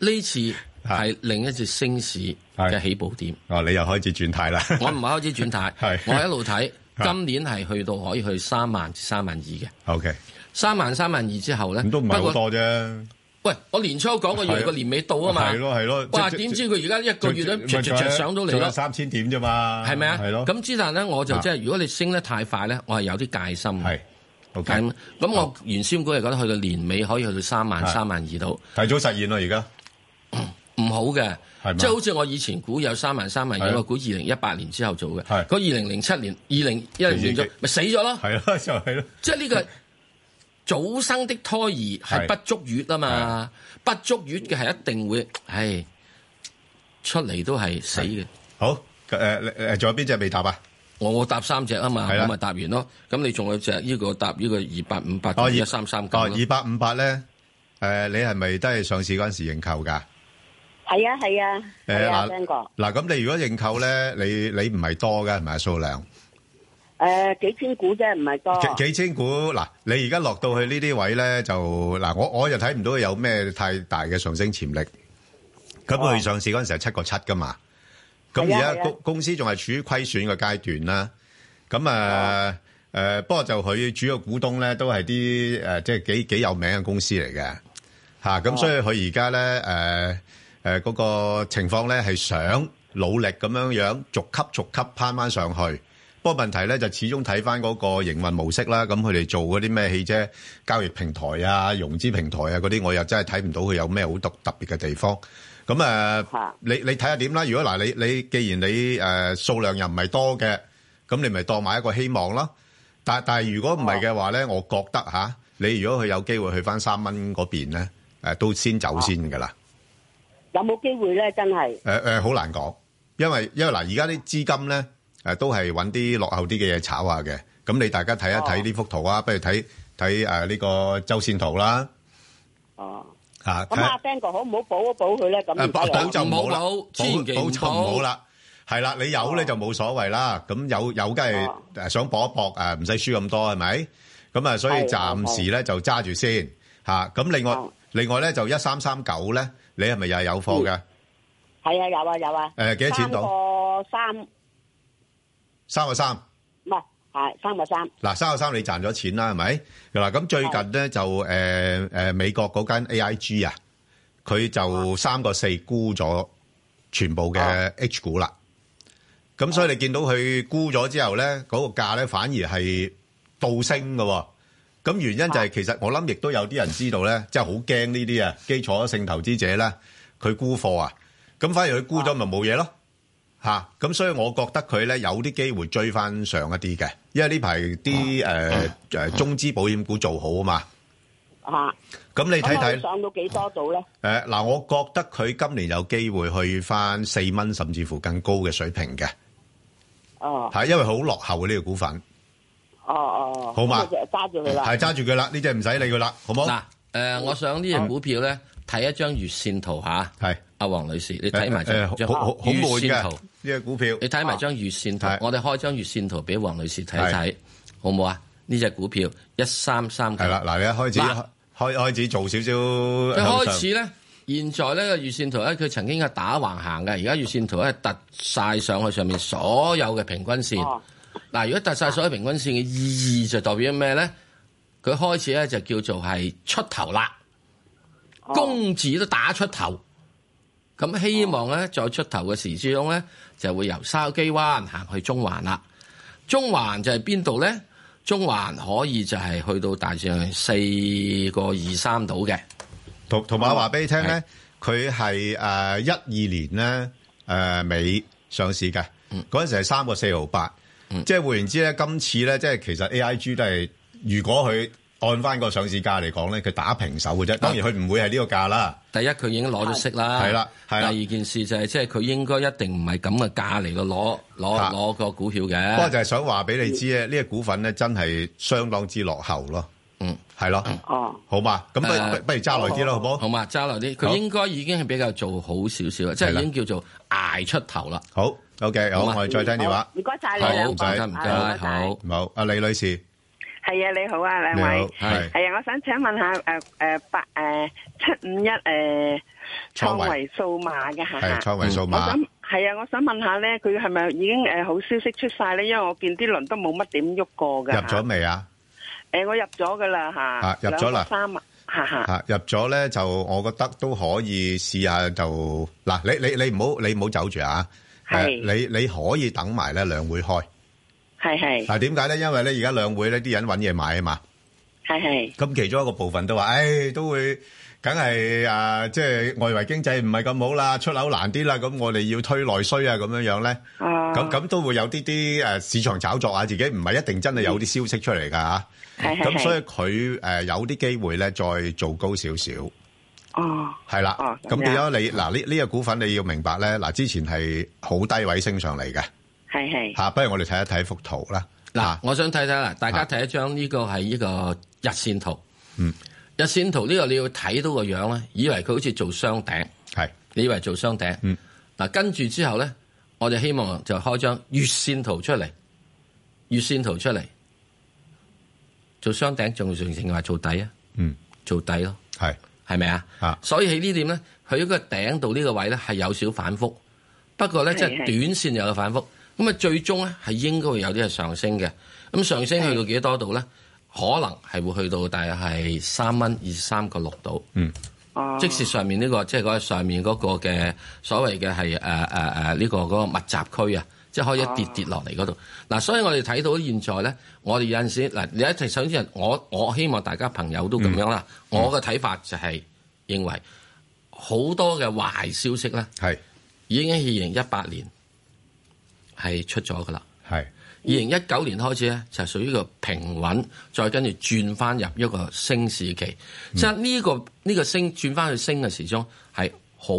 [SPEAKER 2] 呢次係另一次升市嘅起步點。
[SPEAKER 1] 哦，你又開始轉態啦。
[SPEAKER 2] 我唔係開始轉態
[SPEAKER 1] 係，啊
[SPEAKER 2] 我一路睇，今年係去到可以去三萬至三萬二嘅，
[SPEAKER 1] OK，
[SPEAKER 2] 三萬三萬二之後咧，
[SPEAKER 1] 咁都唔係好
[SPEAKER 2] 不過。
[SPEAKER 1] 多啫。
[SPEAKER 2] 喂，我年初講過
[SPEAKER 1] 係啊
[SPEAKER 2] 要個年尾到啊嘛，
[SPEAKER 1] 係咯係咯
[SPEAKER 2] 哇！
[SPEAKER 1] 即即
[SPEAKER 2] 點知佢而家一個月都
[SPEAKER 1] 咪仲
[SPEAKER 2] 著著
[SPEAKER 1] 有
[SPEAKER 2] 著上到嚟
[SPEAKER 1] 仲有
[SPEAKER 2] 咯。
[SPEAKER 1] 三千點啫嘛。
[SPEAKER 2] 係咪啊？
[SPEAKER 1] 係咯。啊
[SPEAKER 2] 咁之但咧，我就即係如果你升得太快咧，我係有啲戒心。
[SPEAKER 1] 係 OK，
[SPEAKER 2] 咁咁，我原先估係覺得去到年尾可以去到三萬
[SPEAKER 1] 係
[SPEAKER 2] 三萬二度，
[SPEAKER 1] 提早實現咯， 而家
[SPEAKER 2] 唔好嘅
[SPEAKER 1] 係嘛。
[SPEAKER 2] 即係好似我以前估有三萬三萬
[SPEAKER 1] 係
[SPEAKER 2] 二，
[SPEAKER 1] 啊
[SPEAKER 2] 我估二零一八年之後做嘅。
[SPEAKER 1] 係
[SPEAKER 2] 嗰二零零七年、二零一零年做
[SPEAKER 1] 已經
[SPEAKER 2] 咪死咗咯。
[SPEAKER 1] 係咯，就係咯。
[SPEAKER 2] 即係呢個早生的胎兒係不足月啊嘛，不足月嘅係一定會，唉，出嚟都係死嘅。
[SPEAKER 1] 好，誒誒，仲有邊只未答啊？
[SPEAKER 2] 我我搭三隻啊嘛，
[SPEAKER 1] 係啦
[SPEAKER 2] 咁咪搭完咯。咁你仲有隻呢個搭呢個二八五八
[SPEAKER 1] 哦，
[SPEAKER 2] 同一三三九
[SPEAKER 1] 哦，二八五八咧，誒，你係咪都係上市嗰陣時認購㗎？
[SPEAKER 3] 系啊系啊，系
[SPEAKER 1] 誒
[SPEAKER 3] 啊，
[SPEAKER 1] 嗱
[SPEAKER 3] 聽過
[SPEAKER 1] 嗱，咁你如果認購咧，你你唔係多嘅係咪數量？
[SPEAKER 3] 诶幾千股啫，唔係多。
[SPEAKER 1] 幾幾千股嗱，你而家落到去呢啲位咧，就嗱，我我就睇唔到佢有咩太大嘅上升潛力。咁佢
[SPEAKER 3] 哦
[SPEAKER 1] 上市嗰陣時係七個七噶嘛，咁
[SPEAKER 3] 係啊
[SPEAKER 1] 而
[SPEAKER 3] 係
[SPEAKER 1] 家
[SPEAKER 3] 啊
[SPEAKER 1] 公公司仲係處於虧損嘅階段啦。咁
[SPEAKER 3] 哦
[SPEAKER 1] 啊誒，不過就佢主要股東咧都係啲誒，即係幾幾有名嘅公司嚟嘅嚇。
[SPEAKER 3] 哦
[SPEAKER 1] 咁、所以佢而家咧誒誒嗰個情況咧係想努力咁樣樣逐級逐級攀翻上去。不過問題咧就始終睇翻嗰個營運模式啦。咁佢哋做嗰啲咩汽車交易平台啊、融資平台啊嗰啲，我又真係睇唔到佢有咩好特特別嘅地方。咁誒、呃
[SPEAKER 3] 嚇
[SPEAKER 1] 你你睇下點啦。如果嗱，你你既然你誒、呃、數量又唔係多嘅，咁你咪當買一個希望啦。但但係如果唔係嘅話咧，我覺得嚇、你如果佢有機會去翻三蚊嗰邊咧，誒、都先走先㗎啦。
[SPEAKER 3] 有冇機會咧？真係
[SPEAKER 1] 誒誒，好、難講，因為因為嗱，而家啲資金咧誒、都係揾啲落後啲嘅嘢炒下嘅。咁你大家睇一睇呢幅圖啊，不如睇睇誒呢個周線圖啦
[SPEAKER 3] 哦。
[SPEAKER 1] 嚇。睇
[SPEAKER 3] 咁
[SPEAKER 1] 下
[SPEAKER 3] 阿 Bang 哥好唔好補一補佢咧？咁
[SPEAKER 1] 誒保
[SPEAKER 3] 而家
[SPEAKER 1] 保就唔好啦，
[SPEAKER 2] 唔好保千祈唔好
[SPEAKER 1] 保就唔好啦。係啦，你有咧就冇所謂啦。咁有有梗係
[SPEAKER 3] 哦
[SPEAKER 1] 誒想搏一搏誒，唔使輸咁多係咪？咁啊，所以
[SPEAKER 3] 係
[SPEAKER 1] 暫時咧就揸住先嚇。咁另外
[SPEAKER 3] 哦
[SPEAKER 1] 另外咧就一三三九咧，你係咪又係有貨嘅？
[SPEAKER 3] 係啊，有啊，有啊。
[SPEAKER 1] 誒幾多錢
[SPEAKER 3] 三
[SPEAKER 1] 到？
[SPEAKER 3] 個三，唔
[SPEAKER 1] 三個三。
[SPEAKER 3] 係係三個三。
[SPEAKER 1] 嗱，三個三你賺咗錢啦，係咪？嗱，咁最近咧就誒誒、呃美國嗰間 AIG 啊，佢就三個四沽咗全部嘅 H 股啦。咁所以你見到佢沽咗之後咧，嗰、個價咧反而係倒升嘅喎。咁原因就係其實我諗亦都有啲人知道咧，即係好驚呢啲啊基礎性投資者咧，佢沽貨啊，咁反而佢沽咗咪冇嘢咯。吓，咁所以我覺得佢咧有啲機會追翻上一啲嘅，因為呢排啲誒誒中資保險股做好啊嘛。
[SPEAKER 3] 吓，
[SPEAKER 1] 咁你睇
[SPEAKER 3] 咁可
[SPEAKER 1] 睇
[SPEAKER 3] 以上到幾多度咧？
[SPEAKER 1] 誒嗱，我覺得佢今年有機會去翻四蚊，甚至乎更高嘅水平嘅，
[SPEAKER 3] 哦
[SPEAKER 1] 係因為好落後嘅呢個股份，
[SPEAKER 3] 哦哦，
[SPEAKER 1] 好嘛
[SPEAKER 3] 咁就揸住佢啦。
[SPEAKER 1] 係揸住佢啦，呢只唔使理佢啦，好冇？
[SPEAKER 2] 嗱，誒，我想呢只股票咧睇一張月線圖嚇，
[SPEAKER 1] 係
[SPEAKER 2] 阿黃女士，你
[SPEAKER 1] 誒
[SPEAKER 2] 睇
[SPEAKER 1] 誒
[SPEAKER 2] 埋張啊
[SPEAKER 1] 好好好
[SPEAKER 2] 月
[SPEAKER 1] 悶
[SPEAKER 2] 線
[SPEAKER 1] 嘅
[SPEAKER 2] 圖
[SPEAKER 1] 呢，只股票，
[SPEAKER 2] 你睇埋張月線圖
[SPEAKER 1] 係，
[SPEAKER 2] 我哋開張月線圖俾黃女士睇一睇
[SPEAKER 1] 係，
[SPEAKER 2] 好唔好啊？呢只股票一三三九
[SPEAKER 1] 係，啦，嗱你一開始
[SPEAKER 2] 嗱
[SPEAKER 1] 開開始做少
[SPEAKER 2] 佢
[SPEAKER 1] 少
[SPEAKER 2] 開始咧。現在呢個月線圖咧，佢曾經係打橫行嘅，而家月線圖咧突晒上去上面所有嘅平均線。
[SPEAKER 3] 哦
[SPEAKER 2] 嗱，如果突晒所有平均線嘅意義就代表咩咧？佢開始咧就叫做係出頭啦，
[SPEAKER 3] 哦
[SPEAKER 2] 公字都打出頭。咁希望
[SPEAKER 1] 哦
[SPEAKER 2] 咧再出頭嘅時之中咧，就會由筲箕灣行去中環啦。中環就係邊度咧？中環可以就係去到大致上四個二三度嘅。
[SPEAKER 1] 嗯呃同同埋我話俾你聽咧，佢係誒一二年咧誒尾上市嘅，嗰陣時係三個四毫八，即係換言之咧，今次咧即係其實 AIG 都係，如果佢按翻個上市價嚟講咧，佢打平手嘅啫。當然佢唔會係呢個價啦，
[SPEAKER 2] 第一佢已經攞咗息啦，
[SPEAKER 1] 係啦係啦
[SPEAKER 2] 第二件事就係即係佢應該一定唔係咁嘅價嚟個攞攞
[SPEAKER 1] 嚇
[SPEAKER 2] 攞個股票
[SPEAKER 1] 不過
[SPEAKER 2] 嘅。
[SPEAKER 1] 就係想話俾你知咧，呢個股份咧真係相當之落後咯。
[SPEAKER 2] 嗯，
[SPEAKER 1] 係咯，
[SPEAKER 3] 哦，
[SPEAKER 1] 好嘛，咁
[SPEAKER 2] 誒
[SPEAKER 1] 不不不如揸耐啲咯，好唔
[SPEAKER 2] 好
[SPEAKER 1] 啊好？
[SPEAKER 2] 嘛，揸落啲，
[SPEAKER 1] 好
[SPEAKER 2] 佢應該已經係比較做好少少啦，即
[SPEAKER 1] 係
[SPEAKER 2] 係
[SPEAKER 1] 啦
[SPEAKER 2] 已經叫做捱出頭啦。
[SPEAKER 1] 好，OK，好，啊
[SPEAKER 2] 好嘛
[SPEAKER 1] 我哋再聽電話
[SPEAKER 3] 好。唔該晒你
[SPEAKER 2] 好，
[SPEAKER 1] 係
[SPEAKER 2] 唔
[SPEAKER 3] 兩個，
[SPEAKER 2] 該唔
[SPEAKER 1] 啊
[SPEAKER 2] 該，好。
[SPEAKER 1] 好，阿李女士，
[SPEAKER 3] 係啊，你好啊，
[SPEAKER 1] 你
[SPEAKER 3] 兩
[SPEAKER 1] 好，
[SPEAKER 3] 位。
[SPEAKER 1] 係
[SPEAKER 3] 係啊，我想請問下誒誒八誒七五一誒
[SPEAKER 1] 創
[SPEAKER 3] 創
[SPEAKER 1] 維
[SPEAKER 3] 維數碼嘅嚇
[SPEAKER 1] 係
[SPEAKER 3] 嚇。
[SPEAKER 1] 創維數
[SPEAKER 3] 我
[SPEAKER 1] 碼
[SPEAKER 3] 想。係啊，我想問下咧，佢係咪已經誒好消息出晒咧？因為我見啲輪都冇乜點喐過㗎。
[SPEAKER 1] 入咗未啊？
[SPEAKER 3] 誒，我入咗噶啦
[SPEAKER 1] 啊
[SPEAKER 3] 嚇，
[SPEAKER 1] 入咗啦
[SPEAKER 3] 兩個三啊，嚇嚇，
[SPEAKER 1] 啊，入咗咧就，我覺得都可以試下就嗱，你你你唔好你唔好走住啊，
[SPEAKER 3] 係
[SPEAKER 1] 誒你你可以等埋咧兩會開。
[SPEAKER 3] 係係
[SPEAKER 1] 嗱點解咧？因為咧而家兩會咧啲人揾嘢買啊嘛，
[SPEAKER 3] 係係，
[SPEAKER 1] 咁其中一個部分都話，唉都會梗係啊，即係外圍經濟唔係咁好啦，出口難啲啦，咁我哋要推內需啊，咁樣樣咧，
[SPEAKER 3] 哦，
[SPEAKER 1] 咁咁都會有啲啲誒市場炒作啊，自己唔係一定真係有啲消息出嚟㗎嚇。
[SPEAKER 3] 係係
[SPEAKER 1] 咁
[SPEAKER 3] 係
[SPEAKER 1] 所以佢誒有啲機會咧，再做高少少，
[SPEAKER 3] 哦，
[SPEAKER 1] 係啦
[SPEAKER 3] 哦。
[SPEAKER 1] 咁
[SPEAKER 3] 咁樣
[SPEAKER 1] 變咗你嗱呢呢個股份你要明白咧，嗱之前係好低位升上嚟嘅
[SPEAKER 3] 係係，
[SPEAKER 1] 嚇，不如我哋睇一睇幅圖啦。
[SPEAKER 2] 嗯嗱
[SPEAKER 1] 嗱，，
[SPEAKER 2] 我想睇睇
[SPEAKER 1] 啊
[SPEAKER 2] 啦，大家睇一張呢個係呢個日線圖。
[SPEAKER 1] 嗯，
[SPEAKER 2] 日線圖呢個你要睇到個樣咧，以為佢好似做雙頂，
[SPEAKER 1] 係
[SPEAKER 2] 你以為做雙頂。
[SPEAKER 1] 嗯，
[SPEAKER 2] 嗱跟住之後咧，我就希望就開張月線圖出嚟，月線圖出嚟做雙頂，仲仲成話做底啊？
[SPEAKER 1] 嗯，
[SPEAKER 2] 做底咯，
[SPEAKER 1] 係
[SPEAKER 2] 係咪啊？
[SPEAKER 1] 啊
[SPEAKER 2] 所以喺呢點咧，佢嗰個頂度呢個位咧係有少反覆，不過咧
[SPEAKER 3] 係
[SPEAKER 2] 即係
[SPEAKER 3] 係
[SPEAKER 2] 短線又有反覆，咁啊最終咧係應該會有啲係上升嘅。咁上升去到幾多度咧？可能係會去到大約係三蚊二三個六度。
[SPEAKER 3] 哦，
[SPEAKER 2] 即使上面呢、個即係嗰個上面嗰個嘅所謂嘅係誒誒誒呢個嗰個密集區啊，即係可以一跌跌落嚟嗰度。嗱、所以我哋睇到現在咧，我哋有陣時嗱，你一定首先係我我希望大家朋友都咁樣啦。我嘅睇法就係認為好多嘅壞消息咧，
[SPEAKER 1] 係
[SPEAKER 2] 已經喺二零一八年係出咗噶啦。
[SPEAKER 1] 係
[SPEAKER 2] 二零一九年開始咧，就係屬於一個平穩，再跟住轉翻入一個升市期。即係呢個呢、個升轉翻去升嘅時鐘係好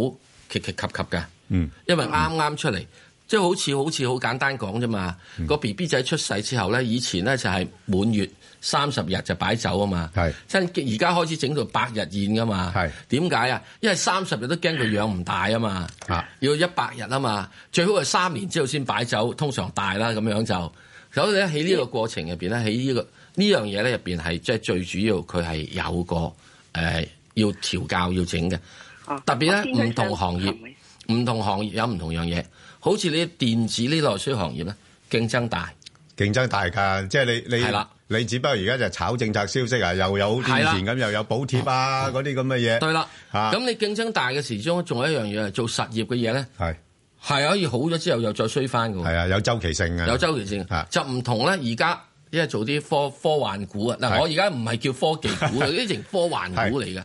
[SPEAKER 2] 棘棘及及嘅，
[SPEAKER 1] 嗯，
[SPEAKER 2] 因為啱啱出嚟，即係好似好似好簡單講啫嘛。個 B B 仔出世之後咧，以前咧就係滿月三十日就擺酒啊嘛，
[SPEAKER 1] 係
[SPEAKER 2] 即係而家開始整到百日宴噶嘛，
[SPEAKER 1] 係
[SPEAKER 2] 點解啊？因為三十日都驚佢養唔大啊嘛。
[SPEAKER 1] 啊
[SPEAKER 2] 要一百日啊嘛，最好係三年之後先擺酒，通常大啦咁樣就。所以咧喺呢個過程入邊咧，喺呢、個呢樣嘢咧入邊係即係最主要佢係有個誒、呃要調教要整嘅，
[SPEAKER 3] 哦
[SPEAKER 2] 特別
[SPEAKER 3] 我見
[SPEAKER 2] 咧
[SPEAKER 3] 佢
[SPEAKER 2] 唔同
[SPEAKER 3] 上
[SPEAKER 2] 行業
[SPEAKER 3] 係咪，
[SPEAKER 2] 唔同行業有唔同樣嘢，好似你電子呢內需行業咧競爭大，
[SPEAKER 1] 競爭大㗎，即係你你
[SPEAKER 2] 係啦
[SPEAKER 1] 你只不過而家就炒政策消息啊，又有好似
[SPEAKER 2] 係
[SPEAKER 1] 以
[SPEAKER 2] 啦哦
[SPEAKER 1] 前咁又有補貼啊嗰啲咁嘅嘢，
[SPEAKER 2] 對啦，
[SPEAKER 1] 啊
[SPEAKER 2] 咁你競爭大嘅時鐘仲有一樣嘢係做實業嘅嘢咧，
[SPEAKER 1] 係
[SPEAKER 2] 係可以好咗之後又再衰翻嘅喎。
[SPEAKER 1] 係啊，有周期性啊，
[SPEAKER 2] 有周期性
[SPEAKER 1] 啊，
[SPEAKER 2] 就唔同咧。而家因為做啲科科幻股啊，嗱
[SPEAKER 1] 係
[SPEAKER 2] 我而家唔係叫科技 股啊，呢啲係科幻股嚟嘅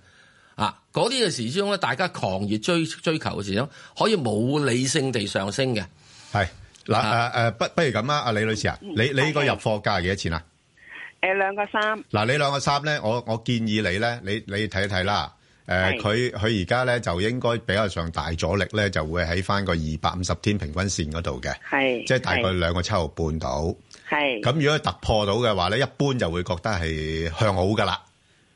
[SPEAKER 2] 啊。嗰啲嘅時之中咧，大家狂熱追追求嘅時候，可以冇理性地上升嘅。
[SPEAKER 1] 係嗱
[SPEAKER 2] 啊
[SPEAKER 1] 誒誒，不不如咁啊，阿李女士
[SPEAKER 2] 嗯
[SPEAKER 1] 啊，你你個入貨價係幾多錢啊？
[SPEAKER 3] 誒呃兩個三，
[SPEAKER 1] 嗱，你兩個三咧，我我建議你咧，你你睇一睇啦。誒，
[SPEAKER 3] 係
[SPEAKER 1] 佢佢而家咧就應該比較上大阻力咧，就會喺翻個二百五十天平均線嗰度嘅，
[SPEAKER 3] 係
[SPEAKER 1] 即係大概
[SPEAKER 3] 係
[SPEAKER 1] 兩個七毫半到。
[SPEAKER 3] 係
[SPEAKER 1] 咁如果突破到嘅話咧，一般就會覺得係向好噶啦，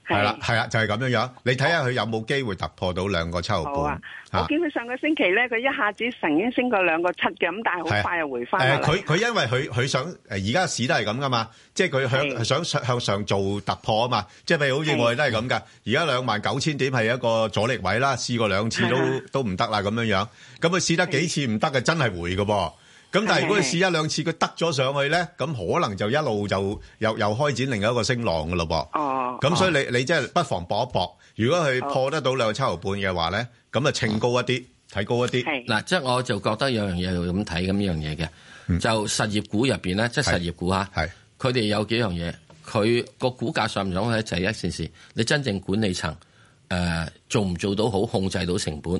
[SPEAKER 1] 係啦，係啦，就係咁樣樣。你睇下佢有冇機會突破到兩個七毫
[SPEAKER 3] 好啊
[SPEAKER 1] 半？
[SPEAKER 3] 我見佢上個星期咧，佢一下子曾經升過兩個七嘅，咁但係
[SPEAKER 1] 係啊
[SPEAKER 3] 好快又回翻
[SPEAKER 1] 誒，
[SPEAKER 3] 落嚟。
[SPEAKER 1] 佢佢因為佢佢想誒而家市都係咁噶嘛，即係佢向
[SPEAKER 3] 係
[SPEAKER 1] 想上向上做突破啊嘛，即係譬如好似
[SPEAKER 3] 係
[SPEAKER 1] 我哋都係咁噶，而家兩萬九千點係一個阻力位啦，試過兩次
[SPEAKER 3] 係
[SPEAKER 1] 都
[SPEAKER 3] 啊
[SPEAKER 1] 都唔得啦咁樣樣，咁佢試得幾次唔得嘅，真係回嘅噃。咁但係如果佢
[SPEAKER 3] 係係
[SPEAKER 1] 試一兩次佢得咗上去咧，咁可能就一路就又又開展另一個升浪嘅咯噃。
[SPEAKER 3] 哦，
[SPEAKER 1] 咁所以你你即係不妨搏一搏，如果佢破得到兩個七毫半嘅話咧，咁啊稱高一啲，睇高一啲。
[SPEAKER 3] 係
[SPEAKER 2] 嗱，即係我就覺得有樣嘢要咁睇咁呢樣嘢
[SPEAKER 1] 嗯
[SPEAKER 2] 嘅，就實業股入邊咧，即係實業股啊嚇，
[SPEAKER 1] 係
[SPEAKER 2] 佢哋有幾樣嘢，佢個股價上唔上去咧就係一件事，你真正管理層誒、呃做唔做到好控制到成本，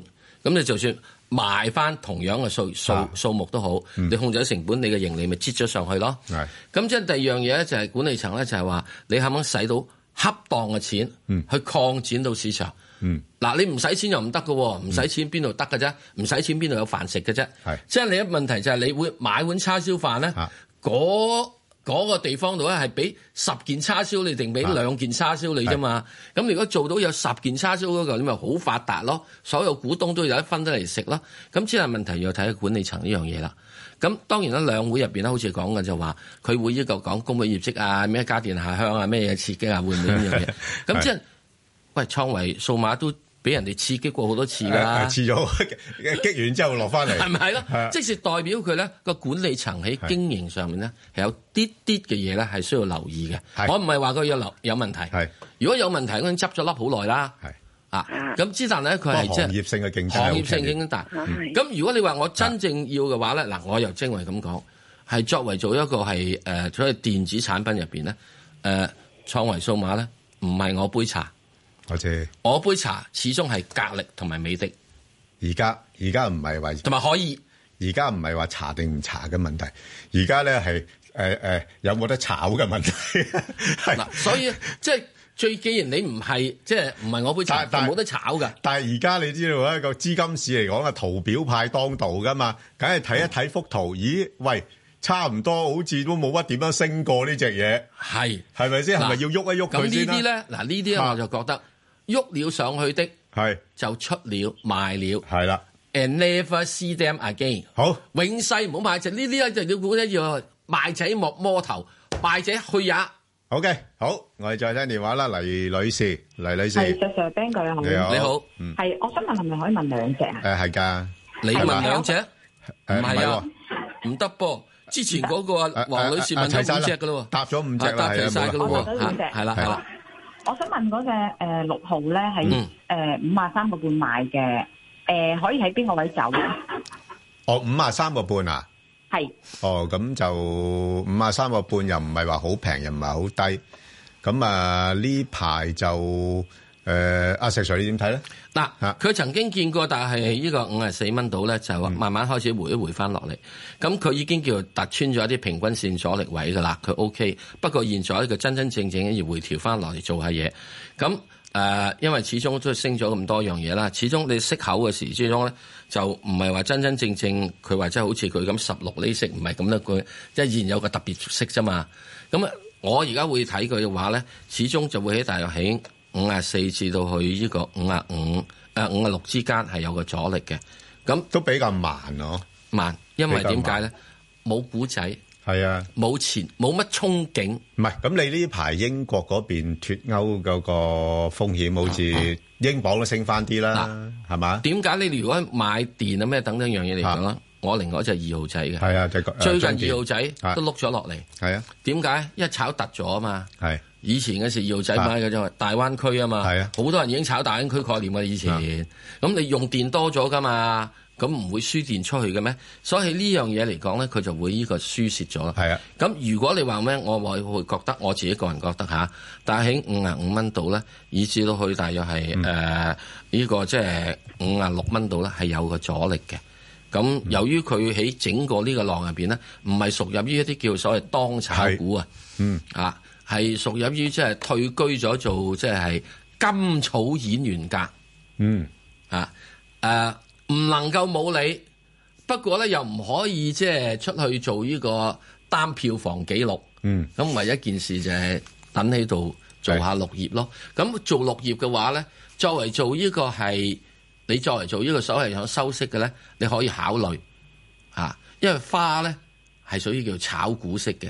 [SPEAKER 2] 咁你就算賣翻同樣嘅數數
[SPEAKER 1] 啊
[SPEAKER 2] 數目都好，你控制咗成本，你嘅盈利咪擠咗上去咯。
[SPEAKER 1] 係
[SPEAKER 2] 咁即係第二樣嘢咧，就係管理層咧，就係話你肯唔肯使到恰當嘅錢去擴展到市場。
[SPEAKER 1] 嗯
[SPEAKER 2] 嗱，你唔使錢又唔得嘅喎，唔使錢邊度得嘅啫？唔使錢邊度有飯食嘅啫
[SPEAKER 1] 係？
[SPEAKER 2] 即係你嘅問題就係你會買碗叉燒飯咧
[SPEAKER 1] 啊，
[SPEAKER 2] 嗰嗰個地方度咧係俾十件叉燒你定俾
[SPEAKER 1] 啊
[SPEAKER 2] 兩件叉燒你啫嘛。咁如果做到有十件叉燒嗰個，你咪好發達咯。所有股東都有一分得嚟食咯。咁只係問題要睇管理層呢樣嘢啦。咁當然啦，兩會入邊咧，好似講嘅就話佢會要求講公佈業績啊，咩家電下鄉啊，咩嘢刺激啊，會唔會呢 樣嘢？咁即係。喂，創維數碼都俾人哋刺激過好多次㗎
[SPEAKER 1] 誒，誒，
[SPEAKER 2] 啦，
[SPEAKER 1] 啊遲早， 激完之後落返嚟。
[SPEAKER 2] 啊係咪咯
[SPEAKER 1] 係啊？
[SPEAKER 2] 即是代表佢咧個管理層喺經營上面咧係有啲啲嘅嘢咧係需要留意嘅。
[SPEAKER 1] 係
[SPEAKER 2] 我唔係話佢有留有問題，
[SPEAKER 1] 係
[SPEAKER 2] 如果有問題嗰陣執咗粒好耐啦。
[SPEAKER 1] 係
[SPEAKER 2] 啊，咁之但咧佢係即係
[SPEAKER 1] 行業性嘅競爭係好
[SPEAKER 2] 行業性
[SPEAKER 1] 劇烈
[SPEAKER 2] 競爭大。
[SPEAKER 3] 嗯
[SPEAKER 2] 咁如果你話我真正要嘅話咧，嗱，我又精為咁講，係作為做一個係誒，呃所謂電子產品入邊咧，誒創維數碼咧唔係我杯茶。我杯茶始終係格力同埋美的，
[SPEAKER 1] 我知，而家-而家唔係話-
[SPEAKER 2] 同埋可以
[SPEAKER 1] 而家唔係話查定唔查嘅問題，而家呢係，誒，誒，有冇得炒嘅問題。
[SPEAKER 2] 嗱，所以即係最既然你唔係即係唔係我杯茶，就
[SPEAKER 1] 但但
[SPEAKER 2] 冇得炒噶。
[SPEAKER 1] 啊係，但係而家你知道啊，個資金市嚟講啊，圖表派當道㗎嘛，梗係睇一睇幅圖，咦，喂，差唔多好似都冇乜點樣升過呢隻嘢，係咪先？
[SPEAKER 2] 係
[SPEAKER 1] 係咪喐一喐佢
[SPEAKER 2] 咁呢
[SPEAKER 1] 先啦？
[SPEAKER 2] 啲咧，嗱呢啲
[SPEAKER 1] 啊
[SPEAKER 2] 我就覺得喐了上去的就出了賣了，and never see them
[SPEAKER 1] 係，係
[SPEAKER 2] again，
[SPEAKER 1] 啦，好，係，
[SPEAKER 2] 永世唔好買只呢啲咧就要估一要賣仔莫摸頭，賣者去也。
[SPEAKER 1] OK，好，我哋再聽電話啦，黎女士，黎女士，
[SPEAKER 4] 係石 Sir Ben 佢好，
[SPEAKER 1] 你好
[SPEAKER 2] 你好，
[SPEAKER 4] 係我想問係咪可以問兩隻啊？
[SPEAKER 1] 誒，係㗎，誒，
[SPEAKER 2] 你
[SPEAKER 1] 係
[SPEAKER 2] 問
[SPEAKER 1] 嘛
[SPEAKER 2] 兩隻唔係
[SPEAKER 1] 唔係喎，
[SPEAKER 2] 啊，唔得噃。之前嗰個啊
[SPEAKER 1] 誒
[SPEAKER 2] 黃女士
[SPEAKER 1] 誒誒
[SPEAKER 2] 問咗
[SPEAKER 1] 齊晒
[SPEAKER 2] 五隻
[SPEAKER 1] 啦
[SPEAKER 2] 噶咯喎，
[SPEAKER 1] 答咗五隻啦
[SPEAKER 2] 啊答
[SPEAKER 1] 係啊
[SPEAKER 2] 齊晒噶咯
[SPEAKER 4] 冇
[SPEAKER 2] 喎，
[SPEAKER 4] 啦
[SPEAKER 2] 嚇
[SPEAKER 4] 冇啦
[SPEAKER 2] 係啦係啦。
[SPEAKER 4] 我想問嗰只誒六號咧係誒五啊三個半買嘅，誒可以喺邊個位走咧？
[SPEAKER 1] 哦，53個半啊？
[SPEAKER 4] 係
[SPEAKER 1] 哦，咁就五啊三個半又唔係話好平，又唔係好低。咁啊呢排就誒，呃阿、石 Sir 你點睇咧？
[SPEAKER 2] 嗱
[SPEAKER 1] 啊，
[SPEAKER 2] 佢曾經見過，但係呢個五十四蚊度咧，就慢慢開始回一回翻落嚟。咁佢已經叫突穿咗一啲平均線阻力位噶啦，佢 OK。不過現在佢真真正正要回調翻落嚟做下嘢。咁誒、呃因為始終都升咗咁多樣嘢啦，始終你息口嘅時之中咧，就唔係話真真正正佢話即係好似佢咁十六厘息，唔係咁啦，佢即係現有個特別息啫嘛。咁啊，我而家會睇佢嘅話咧，始終就會喺大約喺五啊四至到去呢個五啊五誒五啊六之間係有個阻力嘅。咁
[SPEAKER 1] 都比較慢咯，
[SPEAKER 2] 慢，因為
[SPEAKER 1] 比較慢
[SPEAKER 2] 點解咧？冇古仔，
[SPEAKER 1] 係啊，
[SPEAKER 2] 冇前，冇乜憧憬。
[SPEAKER 1] 唔係咁你呢排英國嗰邊脱歐嗰個風險，好似英鎊都升翻啲啦，係嘛？
[SPEAKER 2] 點解你如果買電啊咩等等樣嘢嚟講啦，我另外一隻二號仔嘅，
[SPEAKER 1] 啊係啊，就係個呃
[SPEAKER 2] 最
[SPEAKER 1] 中電
[SPEAKER 2] 近二號仔
[SPEAKER 1] 啊
[SPEAKER 2] 都碌咗落嚟。
[SPEAKER 1] 係啊，
[SPEAKER 2] 點解？因為炒突咗啊嘛。
[SPEAKER 1] 係
[SPEAKER 2] 以前嘅時二號仔買嘅啫，大灣區啊嘛，
[SPEAKER 1] 係啊
[SPEAKER 2] 好多人已經炒大灣區概念嘅以前。咁你用電多咗噶嘛，咁唔會輸電出去嘅咩？所以呢樣嘢嚟講咧，佢就會呢個輸蝕咗啦。
[SPEAKER 1] 係啊，
[SPEAKER 2] 咁如果你話咩，我會會覺得我自己個人覺得嚇，但係喺五啊五蚊度咧，以至到去大約係誒呢個即係五啊六蚊度咧，係有個阻力嘅。咁由於佢喺整個呢個浪入邊咧，唔係屬於一啲叫所謂當炒股啊，
[SPEAKER 1] 嗯
[SPEAKER 2] 啊係屬於即係退居咗做即係甘草演員格
[SPEAKER 1] 嗯
[SPEAKER 2] 啊誒，唔能夠冇你，不過咧又唔可以即係出去做呢個單票房紀錄。
[SPEAKER 1] 嗯，
[SPEAKER 2] 咁唯一一件事就係等喺度做下綠葉咯。咁做綠葉嘅話咧，作為做呢個係你作為做呢個所謂想收息嘅咧，你可以考慮啊，因為花咧係屬於叫炒股式嘅，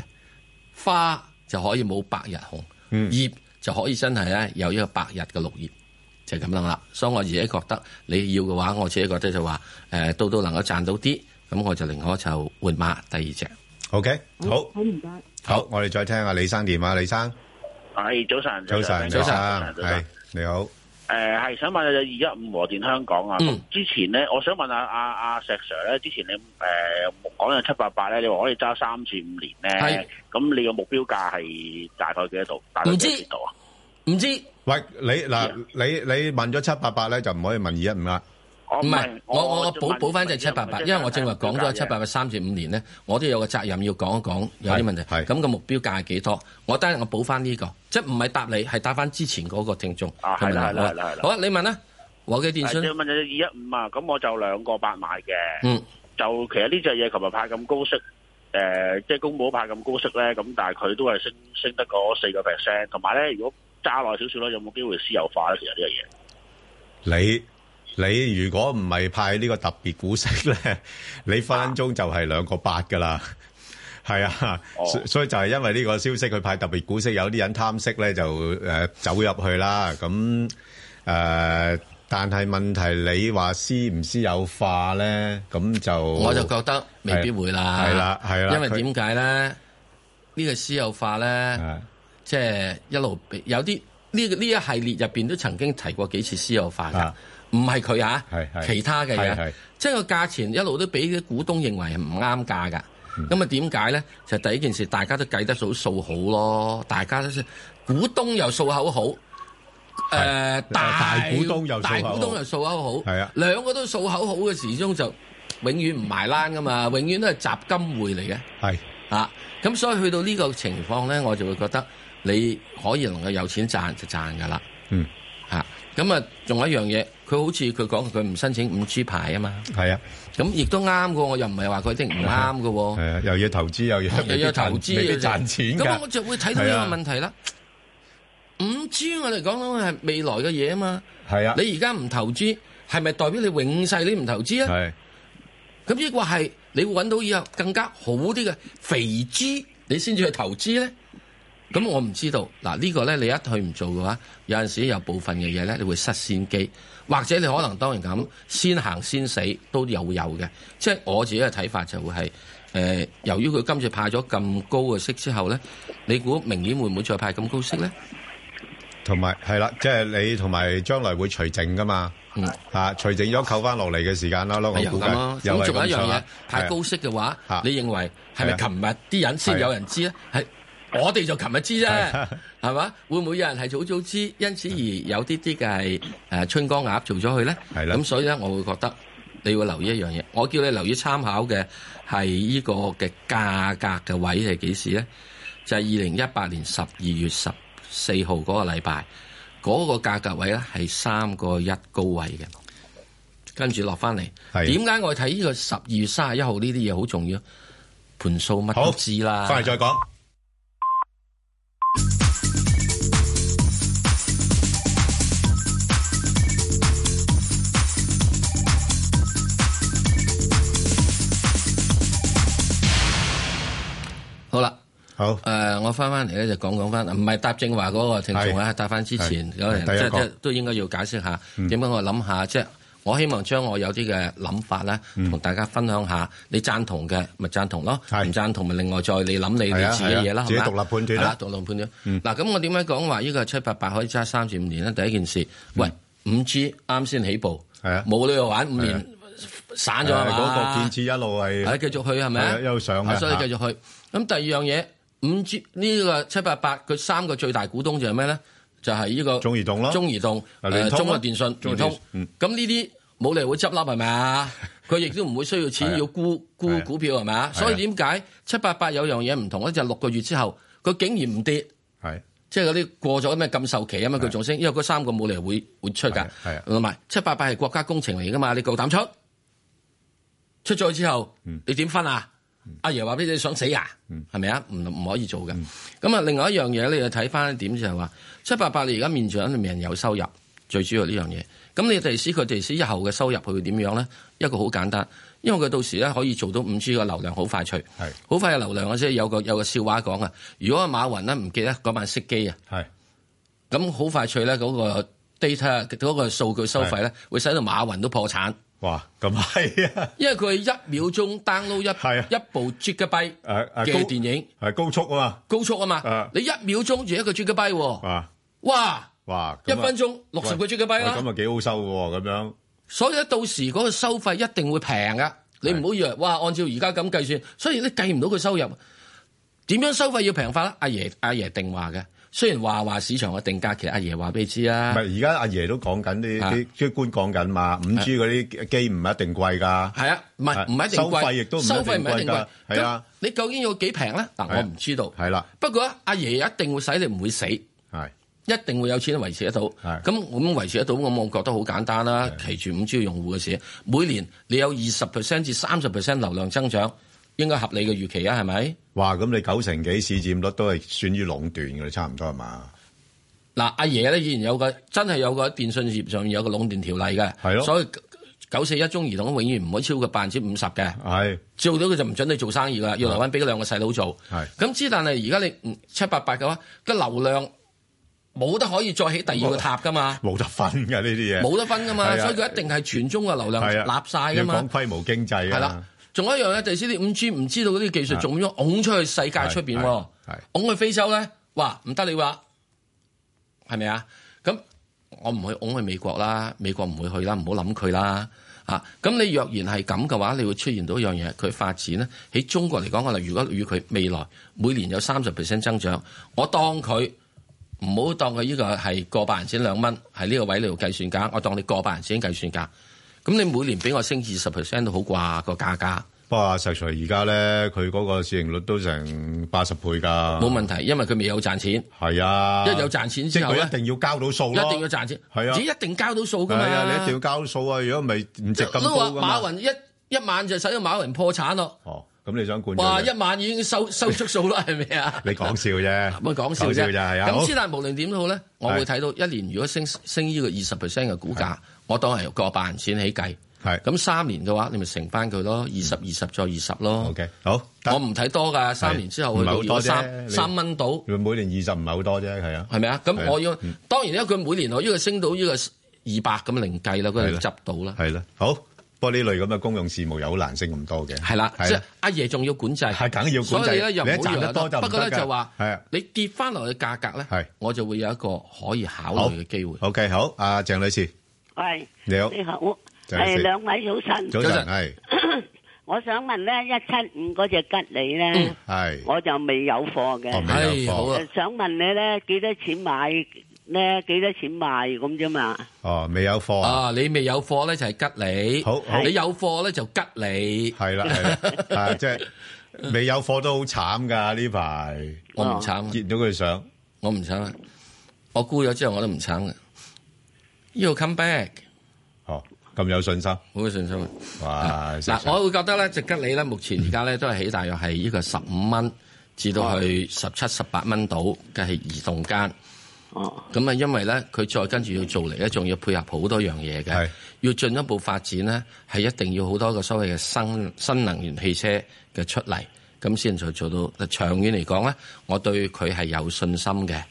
[SPEAKER 2] 花就可以冇百日紅，葉就可以真係咧有一個百日嘅綠葉。就係咁樣啦，所以我自己覺得你要嘅話，我自己覺得就話誒、到到能夠賺到啲，咁我就寧可就換馬第二隻。
[SPEAKER 1] ，OK，好，
[SPEAKER 4] 好唔該。
[SPEAKER 1] 好，我哋再聽下李生電話，李生
[SPEAKER 5] 系早晨，
[SPEAKER 1] 早晨，
[SPEAKER 2] 早晨
[SPEAKER 1] 李生
[SPEAKER 5] 早晨
[SPEAKER 1] 係。你好，
[SPEAKER 5] 诶，系想問二一五和電香港啊
[SPEAKER 2] 嗯。
[SPEAKER 5] 之前咧，我想問下阿阿石 Sir 咧，之前你诶講嘅七八八咧，你話可以揸三至五年
[SPEAKER 2] 係
[SPEAKER 5] 咧，咁你個目標價係大概幾多度？大概
[SPEAKER 2] 唔
[SPEAKER 5] 幾
[SPEAKER 2] 知
[SPEAKER 5] 多錢度啊？
[SPEAKER 2] 唔知
[SPEAKER 1] 喂，你嗱，你你問咗七八八咧，就唔可以問二一五啦。
[SPEAKER 5] 我
[SPEAKER 2] 唔係，我我我補補翻隻
[SPEAKER 5] 就
[SPEAKER 2] 七八八，因為我正話講咗七八八三至五年咧，我都有個責任要講一講有啲問題。
[SPEAKER 1] 係係
[SPEAKER 2] 咁個目標價係幾多？我等陣我補翻呢個，即係唔係答你，係答翻之前嗰個聽眾
[SPEAKER 5] 啊
[SPEAKER 2] 嘅問題。
[SPEAKER 5] 係啦
[SPEAKER 2] 好
[SPEAKER 5] 係啦係啦
[SPEAKER 2] 好啊，你問啦，我嘅電
[SPEAKER 5] 但係最
[SPEAKER 2] 信，
[SPEAKER 5] 問就二一五啊，咁我就兩個八買嘅。
[SPEAKER 2] 嗯，
[SPEAKER 5] 就其實呢只嘢琴日派咁高息，誒、即係公佈派咁高息咧，咁但係佢都係升升得嗰四個 percent，同埋咧，如果揸耐少少咧，有冇機會私有化咧？其實呢樣嘢。
[SPEAKER 1] 你你如果唔係派呢個 特別股息咧，你分分鐘就係兩個八噶啦。係啊，
[SPEAKER 5] 哦
[SPEAKER 1] 所所以就係因為呢個消息，佢派特別股息，有啲人貪息咧就誒、呃走入去啦。咁誒、呃但係問題你話私唔私有化咧，咁就
[SPEAKER 2] 我就覺得未必會啦。
[SPEAKER 1] 係啦係啦
[SPEAKER 2] 因為
[SPEAKER 1] 佢
[SPEAKER 2] 點解咧？呢個私有化咧，
[SPEAKER 1] 啊
[SPEAKER 2] 即係一路俾有啲呢呢一系列入邊都曾經提過幾次私有化㗎
[SPEAKER 1] 啊，
[SPEAKER 2] 唔係佢啊
[SPEAKER 1] 係，係
[SPEAKER 2] 其他嘅
[SPEAKER 1] 係
[SPEAKER 2] 嘢
[SPEAKER 1] 係，
[SPEAKER 2] 即係個價錢一路都俾啲股東認為係唔啱價㗎。
[SPEAKER 1] 嗯
[SPEAKER 2] 咁啊點解咧？就第一件事，大家都計得到數好咯，大家都股東又數口好。誒、
[SPEAKER 1] 係
[SPEAKER 2] 大
[SPEAKER 1] 大股東又數口好
[SPEAKER 2] 大股東又數口好，
[SPEAKER 1] 係啊
[SPEAKER 2] 兩個都數口好嘅時鐘就永遠唔埋單噶嘛，永遠都係集金會嚟嘅。
[SPEAKER 1] 係
[SPEAKER 2] 啊，咁所以去到呢個情況咧，我就會覺得你可以能夠有錢賺就賺噶啦。
[SPEAKER 1] 嗯，
[SPEAKER 2] 嚇咁啊，仲有一樣嘢，佢好似佢講佢唔申請五 G 牌啊嘛，
[SPEAKER 1] 係啊，
[SPEAKER 2] 咁亦都啱嘅喎，我又唔係話佢一定唔啱嘅
[SPEAKER 1] 係啊，又要投資又要
[SPEAKER 2] 喎，又要投資
[SPEAKER 1] 未必
[SPEAKER 2] 嘅
[SPEAKER 1] 賺錢
[SPEAKER 2] 咁我
[SPEAKER 1] 㗎，
[SPEAKER 2] 就會睇到
[SPEAKER 1] 係啊
[SPEAKER 2] 呢個問題啦。五 G 我哋講緊係未來嘅嘢啊嘛，
[SPEAKER 1] 係啊，
[SPEAKER 2] 你而家唔投資，係咪代表你永世你唔投資啊？
[SPEAKER 1] 係
[SPEAKER 2] 咁抑或係你會揾到以後更加好啲嘅肥豬，你先至去投資咧？咁我唔知道嗱，呢個咧你一去唔做嘅話，有陣時有部分嘅嘢咧，你會失先機，或者你可能當然咁先行先死都有有嘅。即係我自己嘅睇法就會係誒，由於佢今次派咗咁高嘅息之後咧，你估明年會唔會再派咁高息咧？
[SPEAKER 1] 同埋係啦，即係你同埋將來會除淨噶嘛，
[SPEAKER 2] 嗯
[SPEAKER 1] 啊除淨咗扣翻落嚟嘅時間啦，咯，我
[SPEAKER 2] 又
[SPEAKER 1] 估
[SPEAKER 2] 咁咯
[SPEAKER 1] 計，又係
[SPEAKER 2] 咁仲有一
[SPEAKER 1] 哦咁
[SPEAKER 2] 樣
[SPEAKER 1] 上下
[SPEAKER 2] 嘢，太高息嘅話
[SPEAKER 1] 係啊，
[SPEAKER 2] 你認為係咪琴日啲人先有人知咧？係我哋就琴日知啫，係嘛？會唔會有人係早早知，因此而有啲啲嘅係誒春江鴨做咗佢咧？
[SPEAKER 1] 嗯係啦
[SPEAKER 2] 咁所以咧，我會覺得你要留意一樣嘢，我叫你留意參考嘅係呢個嘅價格嘅位係幾時咧？就係二零一八年十二月十四號嗰個禮拜，嗰、個價格位咧係三個一高位嘅，跟住落翻嚟。
[SPEAKER 1] 係
[SPEAKER 2] 點解我睇呢個十二月三十一號呢啲嘢好重要？盤數乜
[SPEAKER 1] 好
[SPEAKER 2] 都知啦。
[SPEAKER 1] 翻嚟再講。
[SPEAKER 2] 好啦，
[SPEAKER 1] 好
[SPEAKER 2] 誒、我翻翻嚟咧就講講翻，唔係答正話嗰個聽眾啊，答翻之前
[SPEAKER 1] 嗯係
[SPEAKER 2] 有人
[SPEAKER 1] 係第
[SPEAKER 2] 即
[SPEAKER 1] 一個嗯
[SPEAKER 2] 即都應該要解釋下點解我諗下，即係我希望將我有啲嘅諗法咧，同大家分享下。你贊同嘅咪贊同咯，
[SPEAKER 1] 嗯係
[SPEAKER 2] 唔贊同咪另外再你諗你
[SPEAKER 1] 係
[SPEAKER 2] 你
[SPEAKER 1] 啊
[SPEAKER 2] 自己嘢啦，
[SPEAKER 1] 係啊自己
[SPEAKER 2] 係嘛
[SPEAKER 1] 獨立判斷啦嗯
[SPEAKER 2] 係獨立判斷。嗱，咁我點解講話呢個七八八可以揸三至五年咧？第一件事，喂，五 G 啱先起步，
[SPEAKER 1] 嗯係啊
[SPEAKER 2] 冇理由玩五年散咗係啊嘛？
[SPEAKER 1] 嗰個建設一路係
[SPEAKER 2] 係繼續去係咪
[SPEAKER 1] 係
[SPEAKER 2] 啊？
[SPEAKER 1] 啊一路上嘅
[SPEAKER 2] 啊所以
[SPEAKER 1] 嚇
[SPEAKER 2] 繼續去。咁第二樣嘢，五 G 呢個七八八，佢三個最大股東就係咩咧？就係呢個
[SPEAKER 1] 中移動咯
[SPEAKER 2] 中移動、
[SPEAKER 1] 啊聯通
[SPEAKER 2] 誒
[SPEAKER 1] 咯
[SPEAKER 2] 中國電
[SPEAKER 1] 中
[SPEAKER 2] 信、聯
[SPEAKER 1] 國電
[SPEAKER 2] 通
[SPEAKER 1] 信。嗯
[SPEAKER 2] 咁呢啲冇理由會執笠係咪 啊？佢亦都唔會需要
[SPEAKER 1] 係啊
[SPEAKER 2] 錢要沽
[SPEAKER 1] 係
[SPEAKER 2] 沽
[SPEAKER 1] 啊
[SPEAKER 2] 股票係咪啊？
[SPEAKER 1] 係啊
[SPEAKER 2] 所以點解七八八有樣嘢唔同咧？就係六個月之後，佢竟然唔跌。
[SPEAKER 1] 係
[SPEAKER 2] 即係嗰啲過咗咩禁售期啊嘛，佢仲升，因為嗰三個冇理由會會出
[SPEAKER 1] 係
[SPEAKER 2] 㗎
[SPEAKER 1] 啊係啊，
[SPEAKER 2] 同埋七八八係國家工程嚟㗎嘛，你夠膽出？出咗之後，
[SPEAKER 1] 嗯
[SPEAKER 2] 你點分啊？阿爺話俾你想死啊，係咪啊？唔唔可以做嘅。
[SPEAKER 1] 嗯
[SPEAKER 2] 咁啊，另外一樣嘢你要睇翻一點就係話，七八八你而家面上面人有收入，最主要呢樣嘢。咁你第時佢第時以後嘅收入佢會點樣咧？一個好簡單，因為佢到時咧可以做到五 G 嘅流量好快脆，
[SPEAKER 1] 係
[SPEAKER 2] 好快嘅流量啊！即係有個有個笑話講啊，如果阿馬雲咧唔記得嗰晚熄機啊，
[SPEAKER 1] 係
[SPEAKER 2] 咁好快脆咧嗰個 data 嗰個數據收費咧，會使到馬雲都破產，
[SPEAKER 1] 哇咁係啊
[SPEAKER 2] 因為佢一秒鐘 download
[SPEAKER 1] 係啊
[SPEAKER 2] 一一部 Gigabyte
[SPEAKER 1] 誒誒
[SPEAKER 2] 嘅電影
[SPEAKER 1] 係高速啊
[SPEAKER 2] 高速啊
[SPEAKER 1] 啊
[SPEAKER 2] 嘛，你一秒鐘就一個 Gigabyte
[SPEAKER 1] 嘛
[SPEAKER 2] 喎，
[SPEAKER 1] 啊
[SPEAKER 2] 哇！
[SPEAKER 1] 哇
[SPEAKER 2] 一
[SPEAKER 1] 咁啊
[SPEAKER 2] 分鐘六十個 Gigabyte
[SPEAKER 1] 喂
[SPEAKER 2] 啦
[SPEAKER 1] 咁，啊幾好收喎咁樣
[SPEAKER 2] 所以咧到時嗰個收費一定會平噶，你唔好以為哇，按照而家咁計算，所以你計唔到佢收入點樣收費要平法啦？阿爺阿爺定話嘅，雖然話話市場嘅定價，其實阿爺話俾你知
[SPEAKER 1] 唔
[SPEAKER 2] 啊
[SPEAKER 1] 係，而家阿爺都講緊啲
[SPEAKER 2] 啊
[SPEAKER 1] 啲啲官講緊嘛，五 G 嗰啲機唔一定貴㗎。
[SPEAKER 2] 係啊，唔係
[SPEAKER 1] 係
[SPEAKER 2] 唔係一定
[SPEAKER 1] 收
[SPEAKER 2] 貴，
[SPEAKER 1] 費亦都唔一定
[SPEAKER 2] 收費唔一定
[SPEAKER 1] 貴㗎
[SPEAKER 2] 貴。
[SPEAKER 1] 係啊
[SPEAKER 2] 咁你究竟要幾平咧？嗱，
[SPEAKER 1] 係啊
[SPEAKER 2] 我唔知道。
[SPEAKER 1] 係啦，
[SPEAKER 2] 不過啊阿爺一定會使你唔會死，一
[SPEAKER 1] 係
[SPEAKER 2] 定會有錢維持得到。咁
[SPEAKER 1] 係
[SPEAKER 2] 咁維持得到，咁我覺得好簡單啦。
[SPEAKER 1] 係
[SPEAKER 2] 騎住五 G 用戶嘅事，每年你有二十 percent 至三十 percent 流量增長，應該合理嘅預期啊，係咪？
[SPEAKER 1] 哇！咁你九成幾市佔率都係算於壟斷㗎啦，差唔多係嘛？
[SPEAKER 2] 嗱，阿爺咧以前有個真係有個電信業上面有個壟斷條例嘅，
[SPEAKER 1] 係咯
[SPEAKER 2] 所以九四一中移動永遠唔可以超過百分之五十嘅，
[SPEAKER 1] 係
[SPEAKER 2] 做到佢就唔准你做生
[SPEAKER 1] 啊
[SPEAKER 2] 意啦，要留翻俾嗰兩個細佬做。
[SPEAKER 1] 係
[SPEAKER 2] 咁之，但係而家你嗯七八八嘅話，個流量冇得可以再起第二個塔噶嘛，
[SPEAKER 1] 冇得分㗎呢啲嘢，
[SPEAKER 2] 冇得分噶嘛，
[SPEAKER 1] 係啊
[SPEAKER 2] 所以佢一定係全中嘅流量
[SPEAKER 1] 係啊
[SPEAKER 2] 立晒
[SPEAKER 1] 你
[SPEAKER 2] 噶嘛
[SPEAKER 1] 講，規模經濟
[SPEAKER 2] 係啦
[SPEAKER 1] 啊，。
[SPEAKER 2] 仲有一樣咧，就係先啲五 G 唔知道嗰啲技術，
[SPEAKER 1] 係
[SPEAKER 2] 仲要拱出去世界出邊喎
[SPEAKER 1] 啊係係，
[SPEAKER 2] 拱去非洲咧，哇唔得你話係咪啊？咁我唔去拱去美國啦，美國唔會去啦，唔好諗佢啦。啊，咁你若然係咁嘅話，你會出現到一樣嘢，佢發展咧喺中國嚟講，我哋如果與佢未來每年有三十 percent 增長，我當佢唔好當佢呢個係過百人錢兩蚊，喺呢個位度計算價，我當你過百人錢計算價。咁你每年俾我升二十 percent 都好啩個價格，
[SPEAKER 1] 不過實在而家咧，佢嗰個市盈率都成八十倍㗎。
[SPEAKER 2] 冇問題，因為佢未有賺錢，一
[SPEAKER 1] 係啊，
[SPEAKER 2] 有賺錢
[SPEAKER 1] 即
[SPEAKER 2] 之
[SPEAKER 1] 係
[SPEAKER 2] 後
[SPEAKER 1] 佢
[SPEAKER 2] 咧
[SPEAKER 1] 一，定要交到數
[SPEAKER 2] 一
[SPEAKER 1] 咯。
[SPEAKER 2] 定要賺錢，
[SPEAKER 1] 係啊
[SPEAKER 2] 自己一定交到數噶嘛。
[SPEAKER 1] 係啊，你一定要交數啊！如果唔係唔值咁
[SPEAKER 2] 都話
[SPEAKER 1] 高㗎嘛
[SPEAKER 2] 馬。雲一一晚就使到馬雲破產咯，
[SPEAKER 1] 哦，咁你想管
[SPEAKER 2] 哇！
[SPEAKER 1] 佢
[SPEAKER 2] 一
[SPEAKER 1] 嘅？
[SPEAKER 2] 晚已經收收足數啦，係咪啊？
[SPEAKER 1] 你講笑 啫，
[SPEAKER 2] 咁啊講笑啫，
[SPEAKER 1] 啫，係啊。好
[SPEAKER 2] 咁之但無論點都好咧，我會睇到一年如果升升呢個二十 percent 嘅股價，我當係由個百人錢起計。
[SPEAKER 1] 係嗯
[SPEAKER 2] 咁三年嘅話，你咪乘翻佢咯，二十二十再二十咯。
[SPEAKER 1] OK，好，得
[SPEAKER 2] 我唔睇多㗎，三年之後去
[SPEAKER 1] 唔係
[SPEAKER 2] 到
[SPEAKER 1] 好
[SPEAKER 2] 如
[SPEAKER 1] 多
[SPEAKER 2] 果
[SPEAKER 1] 啫
[SPEAKER 2] 三
[SPEAKER 1] 你
[SPEAKER 2] 三蚊到。
[SPEAKER 1] 佢每年二十唔係好多啫，係啊，
[SPEAKER 2] 係咪啊？
[SPEAKER 1] 係
[SPEAKER 2] 咁
[SPEAKER 1] 啊
[SPEAKER 2] 我要當然咧，佢每年我呢個升到呢個二百咁另計啦，佢
[SPEAKER 1] 係
[SPEAKER 2] 就
[SPEAKER 1] 啦
[SPEAKER 2] 執到啦。
[SPEAKER 1] 係啦，好。不過呢類咁嘅公用事務又好難升咁多嘅，
[SPEAKER 2] 係啦，即
[SPEAKER 1] 係
[SPEAKER 2] 係阿爺仲要管制，
[SPEAKER 1] 係梗要管制
[SPEAKER 2] 所以咧又唔
[SPEAKER 1] 你一
[SPEAKER 2] 好
[SPEAKER 1] 賺得多就唔
[SPEAKER 2] 不過咧
[SPEAKER 1] 得㗎
[SPEAKER 2] 就話
[SPEAKER 1] 係啊，
[SPEAKER 2] 你跌翻落去價格
[SPEAKER 1] 係
[SPEAKER 2] 咧，我就會有一個可以考慮嘅機會。
[SPEAKER 1] OK，好，阿鄭女士，
[SPEAKER 6] 喂，
[SPEAKER 1] 你好
[SPEAKER 6] 你好，
[SPEAKER 1] 鄭
[SPEAKER 6] 誒
[SPEAKER 1] 女士
[SPEAKER 6] 兩位早晨，
[SPEAKER 1] 早
[SPEAKER 2] 晨
[SPEAKER 1] 晨，係
[SPEAKER 6] 我想問咧，一七五嗰只吉利咧
[SPEAKER 2] 嗯，
[SPEAKER 1] 係，
[SPEAKER 6] 我就未有貨嘅
[SPEAKER 1] 哦，未
[SPEAKER 2] 唉
[SPEAKER 1] 有，貨
[SPEAKER 2] 好啊
[SPEAKER 6] 誒，想問你咧幾多錢買咧，幾多錢賣咁啫嘛？
[SPEAKER 1] 哦，未有貨啊，
[SPEAKER 2] 啊，你未有貨咧就係吉你，
[SPEAKER 1] 好好
[SPEAKER 2] 你有貨咧就吉你，
[SPEAKER 1] 係啦 係啦，啊，即係未有貨都好慘㗎呢排，
[SPEAKER 2] 我唔慘啊，
[SPEAKER 1] 見到佢上，
[SPEAKER 2] 我唔慘啊，我沽咗之後我都唔慘嘅，呢度 come back
[SPEAKER 1] 哦，咁有信心，
[SPEAKER 2] 好有信心啊。
[SPEAKER 1] 哇！石
[SPEAKER 2] 嗱，
[SPEAKER 1] Sir
[SPEAKER 2] 我會覺得咧，只吉利咧，目前而家咧都係起大約係呢個十五蚊至到去十七、十八蚊度嘅係移動間。
[SPEAKER 6] 哦，
[SPEAKER 2] 咁啊，因為咧佢再跟住要做嚟咧，仲要配合好多樣嘢嘅
[SPEAKER 1] 係，
[SPEAKER 2] 要進一步發展咧，係一定要好多個所謂嘅新新能源汽車嘅出嚟，咁先就做到。長遠嚟講咧，我對佢係有信心嘅。誒、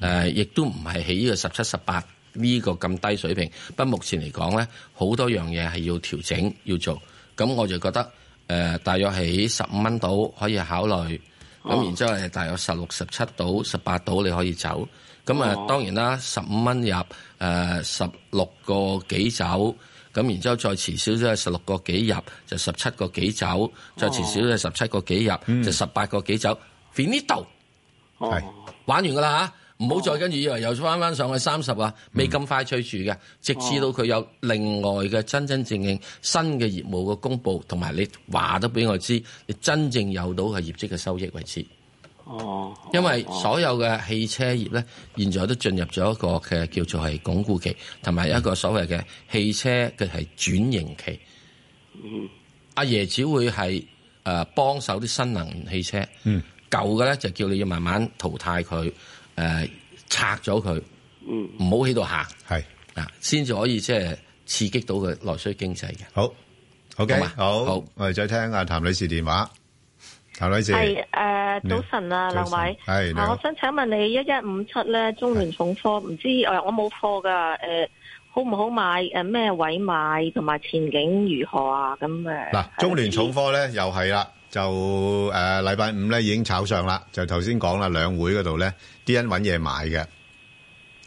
[SPEAKER 2] 呃亦都唔係喺呢個十七、十八呢個咁低水平。不過目前嚟講咧，好多樣嘢係要調整要做。咁我就覺得誒、呃大約喺十五蚊度可以考慮。咁然之後係大約十六、十七到十八到你可以走。咁啊，當然啦，十五蚊入誒十六個幾走，咁然之後再遲少少係十六個幾入，就十七個幾走，再遲少少係十七個幾入，就十八個幾走。finito
[SPEAKER 6] 哦
[SPEAKER 1] 係，
[SPEAKER 2] 玩完噶啦嚇，唔好再跟住以為又翻翻上去三十啊，未咁快脆住嘅，直至到佢有另外嘅真真正正新嘅業務嘅公佈，同埋你話得俾我知，你真正有到係業績嘅收益為止。
[SPEAKER 6] 哦，
[SPEAKER 2] 因為所有嘅汽車業咧，現在都進入咗一個嘅叫做係鞏固期，同埋一個所謂嘅汽車嘅係轉型期。阿爺只會係誒幫呃手啲新能源汽車，嗯、舊嘅咧就叫你要慢慢淘汰佢，誒、拆咗佢，唔好喺度行
[SPEAKER 1] 係。
[SPEAKER 2] 啊，先至可以即係刺激到佢內需經濟嘅。
[SPEAKER 1] 好，OK，
[SPEAKER 2] 好嘛？
[SPEAKER 1] 好，
[SPEAKER 2] 好。
[SPEAKER 1] 我哋再聽下譚女士電話。譚女士，
[SPEAKER 7] 係誒，
[SPEAKER 1] 你
[SPEAKER 7] 早晨啊，
[SPEAKER 1] 早
[SPEAKER 7] 兩
[SPEAKER 1] 晨
[SPEAKER 7] 位。
[SPEAKER 1] 係你
[SPEAKER 7] 啊
[SPEAKER 1] 好
[SPEAKER 7] 我想請問你一一五七咧，中聯重科唔知誒，我冇貨噶，誒，好唔好買？誒，咩位買？同埋前景如何啊？咁誒，
[SPEAKER 1] 嗱，中聯重科呢，又係啦，就，呃，禮拜五呢已經炒上啦，就頭先講啦，兩會嗰度呢，啲人搵嘢買嘅。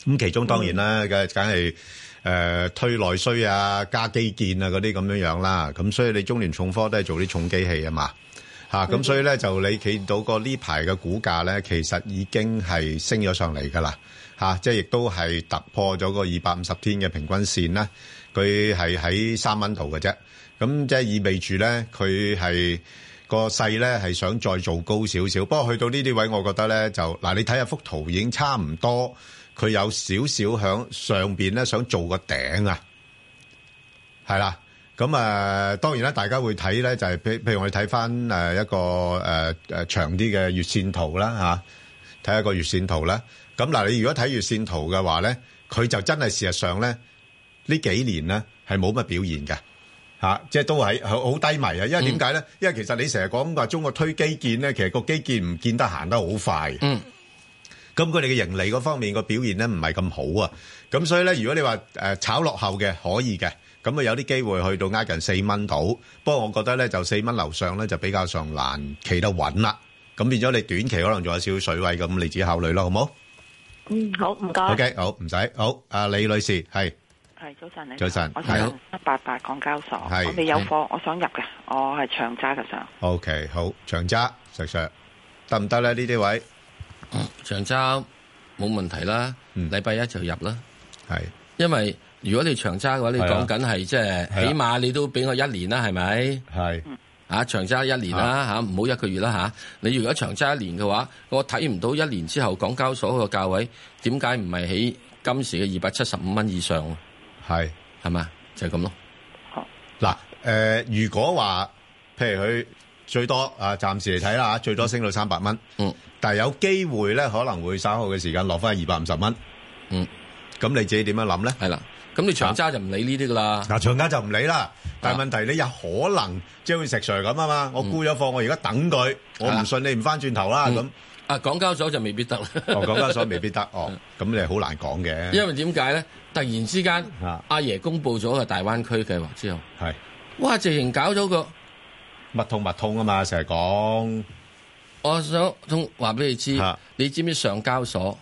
[SPEAKER 1] 咁其中當然啦，嘅梗係，呃，推內需啊，加基建啊嗰啲咁樣樣啦。咁所以你中聯重科都係做啲重機器啊嘛。咁吓，咁所以咧就你見到個呢排嘅股價咧，其實已經係升咗上嚟㗎啦，吓，即係亦都係突破咗個二百五十天嘅平均線啦。佢係喺三蚊度嘅啫，咁即係意味住咧，佢係個勢咧係想再做高少少。不過去到呢啲位，我覺得咧就嗱，你睇下幅圖已經差唔多，佢有少少響上邊咧想做個頂啊。係啦，咁啊，當然啦，大家會睇咧，就係譬譬如我哋睇翻誒一個誒誒長啲嘅月線圖啦嚇，睇一個月線圖啦。咁嗱，你如果睇月線圖嘅話咧，佢就真係事實上咧呢幾年咧係冇乜表現嘅嚇，即係都係好好低迷啊。因為點解咧？因為其實你成日講話中國推基建咧，其實個基建唔見得行得好快嘅。
[SPEAKER 2] 嗯。
[SPEAKER 1] 咁佢哋嘅盈利嗰方面個表現咧唔係咁好啊，咁所以咧，如果你話誒炒落後嘅可以嘅，咁啊有啲機會去到挨近四蚊度，不過我覺得咧就四蚊樓上咧就比較上難企得穩啦，咁變咗你短期可能仲有少少水位咁，你自己考慮咯，好冇
[SPEAKER 7] 嗯，好，唔該。
[SPEAKER 1] ？OK，好，唔使，好，阿李女士係
[SPEAKER 8] 係早晨，你
[SPEAKER 1] 早晨
[SPEAKER 8] 我想
[SPEAKER 2] 係
[SPEAKER 8] 問一八八港交所，
[SPEAKER 1] 係
[SPEAKER 8] 我未有貨，我想入嘅，我係長揸嘅想。
[SPEAKER 1] ，OK，好，長揸石 Sir 得唔得咧？呢啲位
[SPEAKER 2] 長揸冇問題啦，
[SPEAKER 1] 嗯
[SPEAKER 2] 禮拜一就入啦。
[SPEAKER 1] 係
[SPEAKER 2] 因為如果你長揸嘅話，你
[SPEAKER 1] 係啊
[SPEAKER 2] 講緊係即
[SPEAKER 1] 係
[SPEAKER 2] 係
[SPEAKER 1] 啊
[SPEAKER 2] 起碼你都俾我一年啦，係咪？
[SPEAKER 1] 係
[SPEAKER 2] 啊，長揸一年
[SPEAKER 1] 啊
[SPEAKER 2] 啦嚇，唔好一個月啦嚇。你如果長揸一年嘅話，我睇唔到一年之後港交所個價位點解唔係喺今時嘅二百七十五蚊以上喎？
[SPEAKER 1] 係。
[SPEAKER 2] 係咪？就係咁咯。
[SPEAKER 1] 嗱，誒，如果話譬如佢最多啊，暫時嚟睇啦，最多升到三百蚊，
[SPEAKER 2] 嗯，
[SPEAKER 1] 但係有機會咧，可能會稍後嘅時間落翻二百五十蚊，
[SPEAKER 2] 嗯，
[SPEAKER 1] 咁你自己點樣諗咧？
[SPEAKER 2] 係啦，咁
[SPEAKER 1] 啊
[SPEAKER 2] 你長揸就唔理呢啲噶啦。
[SPEAKER 1] 嗱，長家就唔理啦，但係問題你有可能即係好似石 Sir 咁啊嘛，我沽咗貨，我而家等佢，我唔信你唔翻轉頭啦咁
[SPEAKER 2] 嗯，啊，港交所就未必 得啦。
[SPEAKER 1] 哦，講緊所以未必得，哦，咁你係好難講嘅，
[SPEAKER 2] 因為點解咧？突然之間
[SPEAKER 1] 啊，
[SPEAKER 2] 阿爺公布咗個大灣區計劃之後，
[SPEAKER 1] 係
[SPEAKER 2] 哇！直情搞咗個，
[SPEAKER 1] 密通密通啊嘛，成日講
[SPEAKER 2] 我想通話俾你知
[SPEAKER 1] 啊，
[SPEAKER 2] 你知唔知上交所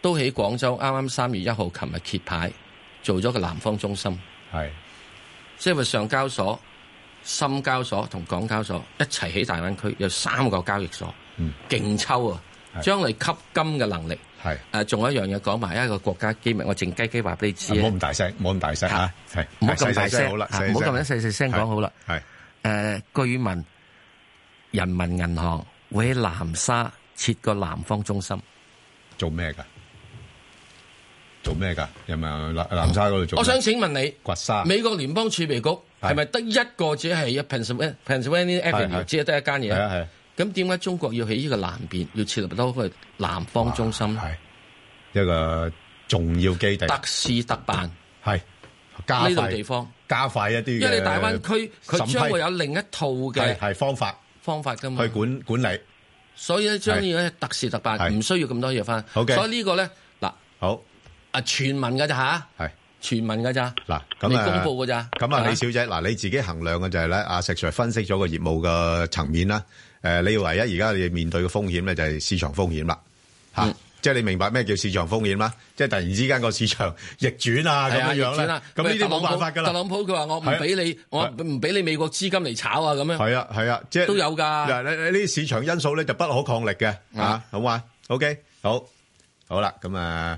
[SPEAKER 2] 都喺廣州啱啱三月一號琴日揭牌，做咗個南方中心，
[SPEAKER 1] 係
[SPEAKER 2] 即係話上交所、深交所同港交所一齊喺大灣區有三個交易所
[SPEAKER 1] 嗯，
[SPEAKER 2] 勁抽啊！
[SPEAKER 1] 係
[SPEAKER 2] 將嚟吸金嘅能力，
[SPEAKER 1] 係，
[SPEAKER 2] 誒，仲有一樣嘢講埋一個國家機密，我靜雞雞話俾你知
[SPEAKER 1] 唔好
[SPEAKER 2] 啊
[SPEAKER 1] 咁大聲，唔好咁大聲啊，係
[SPEAKER 2] 唔好咁
[SPEAKER 1] 細
[SPEAKER 2] 大
[SPEAKER 1] 細
[SPEAKER 2] 聲，
[SPEAKER 1] 好啦，
[SPEAKER 2] 啊
[SPEAKER 1] 細
[SPEAKER 2] 唔好咁樣
[SPEAKER 1] 細聲
[SPEAKER 2] 細細聲講好啦。
[SPEAKER 1] 係。
[SPEAKER 2] 誒，據聞人民銀行會喺南沙設個南方中心。
[SPEAKER 1] 做咩噶？做咩噶？人民南南沙嗰度做咩？
[SPEAKER 2] 我想請問你，
[SPEAKER 1] 掘沙
[SPEAKER 2] 美國聯邦儲備局係咪得一個只係一 Pennsylvania
[SPEAKER 1] 係
[SPEAKER 2] Pennsylvania Avenue，
[SPEAKER 1] 係
[SPEAKER 2] 只係得一間
[SPEAKER 1] 係啊
[SPEAKER 2] 嘢？
[SPEAKER 1] 係啊
[SPEAKER 2] 咁點解中國要喺呢個南邊要設立多個南方中心？
[SPEAKER 1] 係一個重要基地，
[SPEAKER 2] 特事特辦呢
[SPEAKER 1] 係加
[SPEAKER 2] 度
[SPEAKER 1] 快
[SPEAKER 2] 地方，
[SPEAKER 1] 加快一啲嘅審批，
[SPEAKER 2] 因為你大灣區佢將會有另一套
[SPEAKER 1] 係
[SPEAKER 2] 嘅
[SPEAKER 1] 係方法
[SPEAKER 2] 方法㗎嘛
[SPEAKER 1] 去。管管理。
[SPEAKER 2] 所以咧，將要特事特辦，
[SPEAKER 1] 係
[SPEAKER 2] 唔需要咁多嘢翻。
[SPEAKER 1] OK
[SPEAKER 2] 所以呢個咧，嗱，
[SPEAKER 1] 好
[SPEAKER 2] 啊全民㗎咋嚇，
[SPEAKER 1] 係
[SPEAKER 2] 全民㗎咋。
[SPEAKER 1] 嗱
[SPEAKER 2] 你
[SPEAKER 1] 咁啊，
[SPEAKER 2] 公佈㗎咋？
[SPEAKER 1] 咁啊，李小姐嗱，你自己衡量嘅就係咧，阿石 Sir 分析咗個業務嘅層面啦。誒，你唯一而家你面對嘅風險咧就係市場風險啦，嚇
[SPEAKER 2] 嗯，
[SPEAKER 1] 即係你明白咩叫市場風險啦？即係突然之間個市場逆轉啊咁
[SPEAKER 2] 係
[SPEAKER 1] 樣
[SPEAKER 2] 啊
[SPEAKER 1] 樣
[SPEAKER 2] 逆轉
[SPEAKER 1] 咧
[SPEAKER 2] 啦，
[SPEAKER 1] 咁呢啲冇辦法㗎
[SPEAKER 2] 特
[SPEAKER 1] 啦。
[SPEAKER 2] 朗普佢話我
[SPEAKER 1] 係啊
[SPEAKER 2] 唔俾你，我唔俾你美國資金嚟炒啊咁樣。
[SPEAKER 1] 係啊，係啊，即係
[SPEAKER 2] 都有㗎
[SPEAKER 1] 嗱，呢呢呢啲市場因素咧就不可抗力嘅，啊，好嘛？OK，好，好啦，咁啊，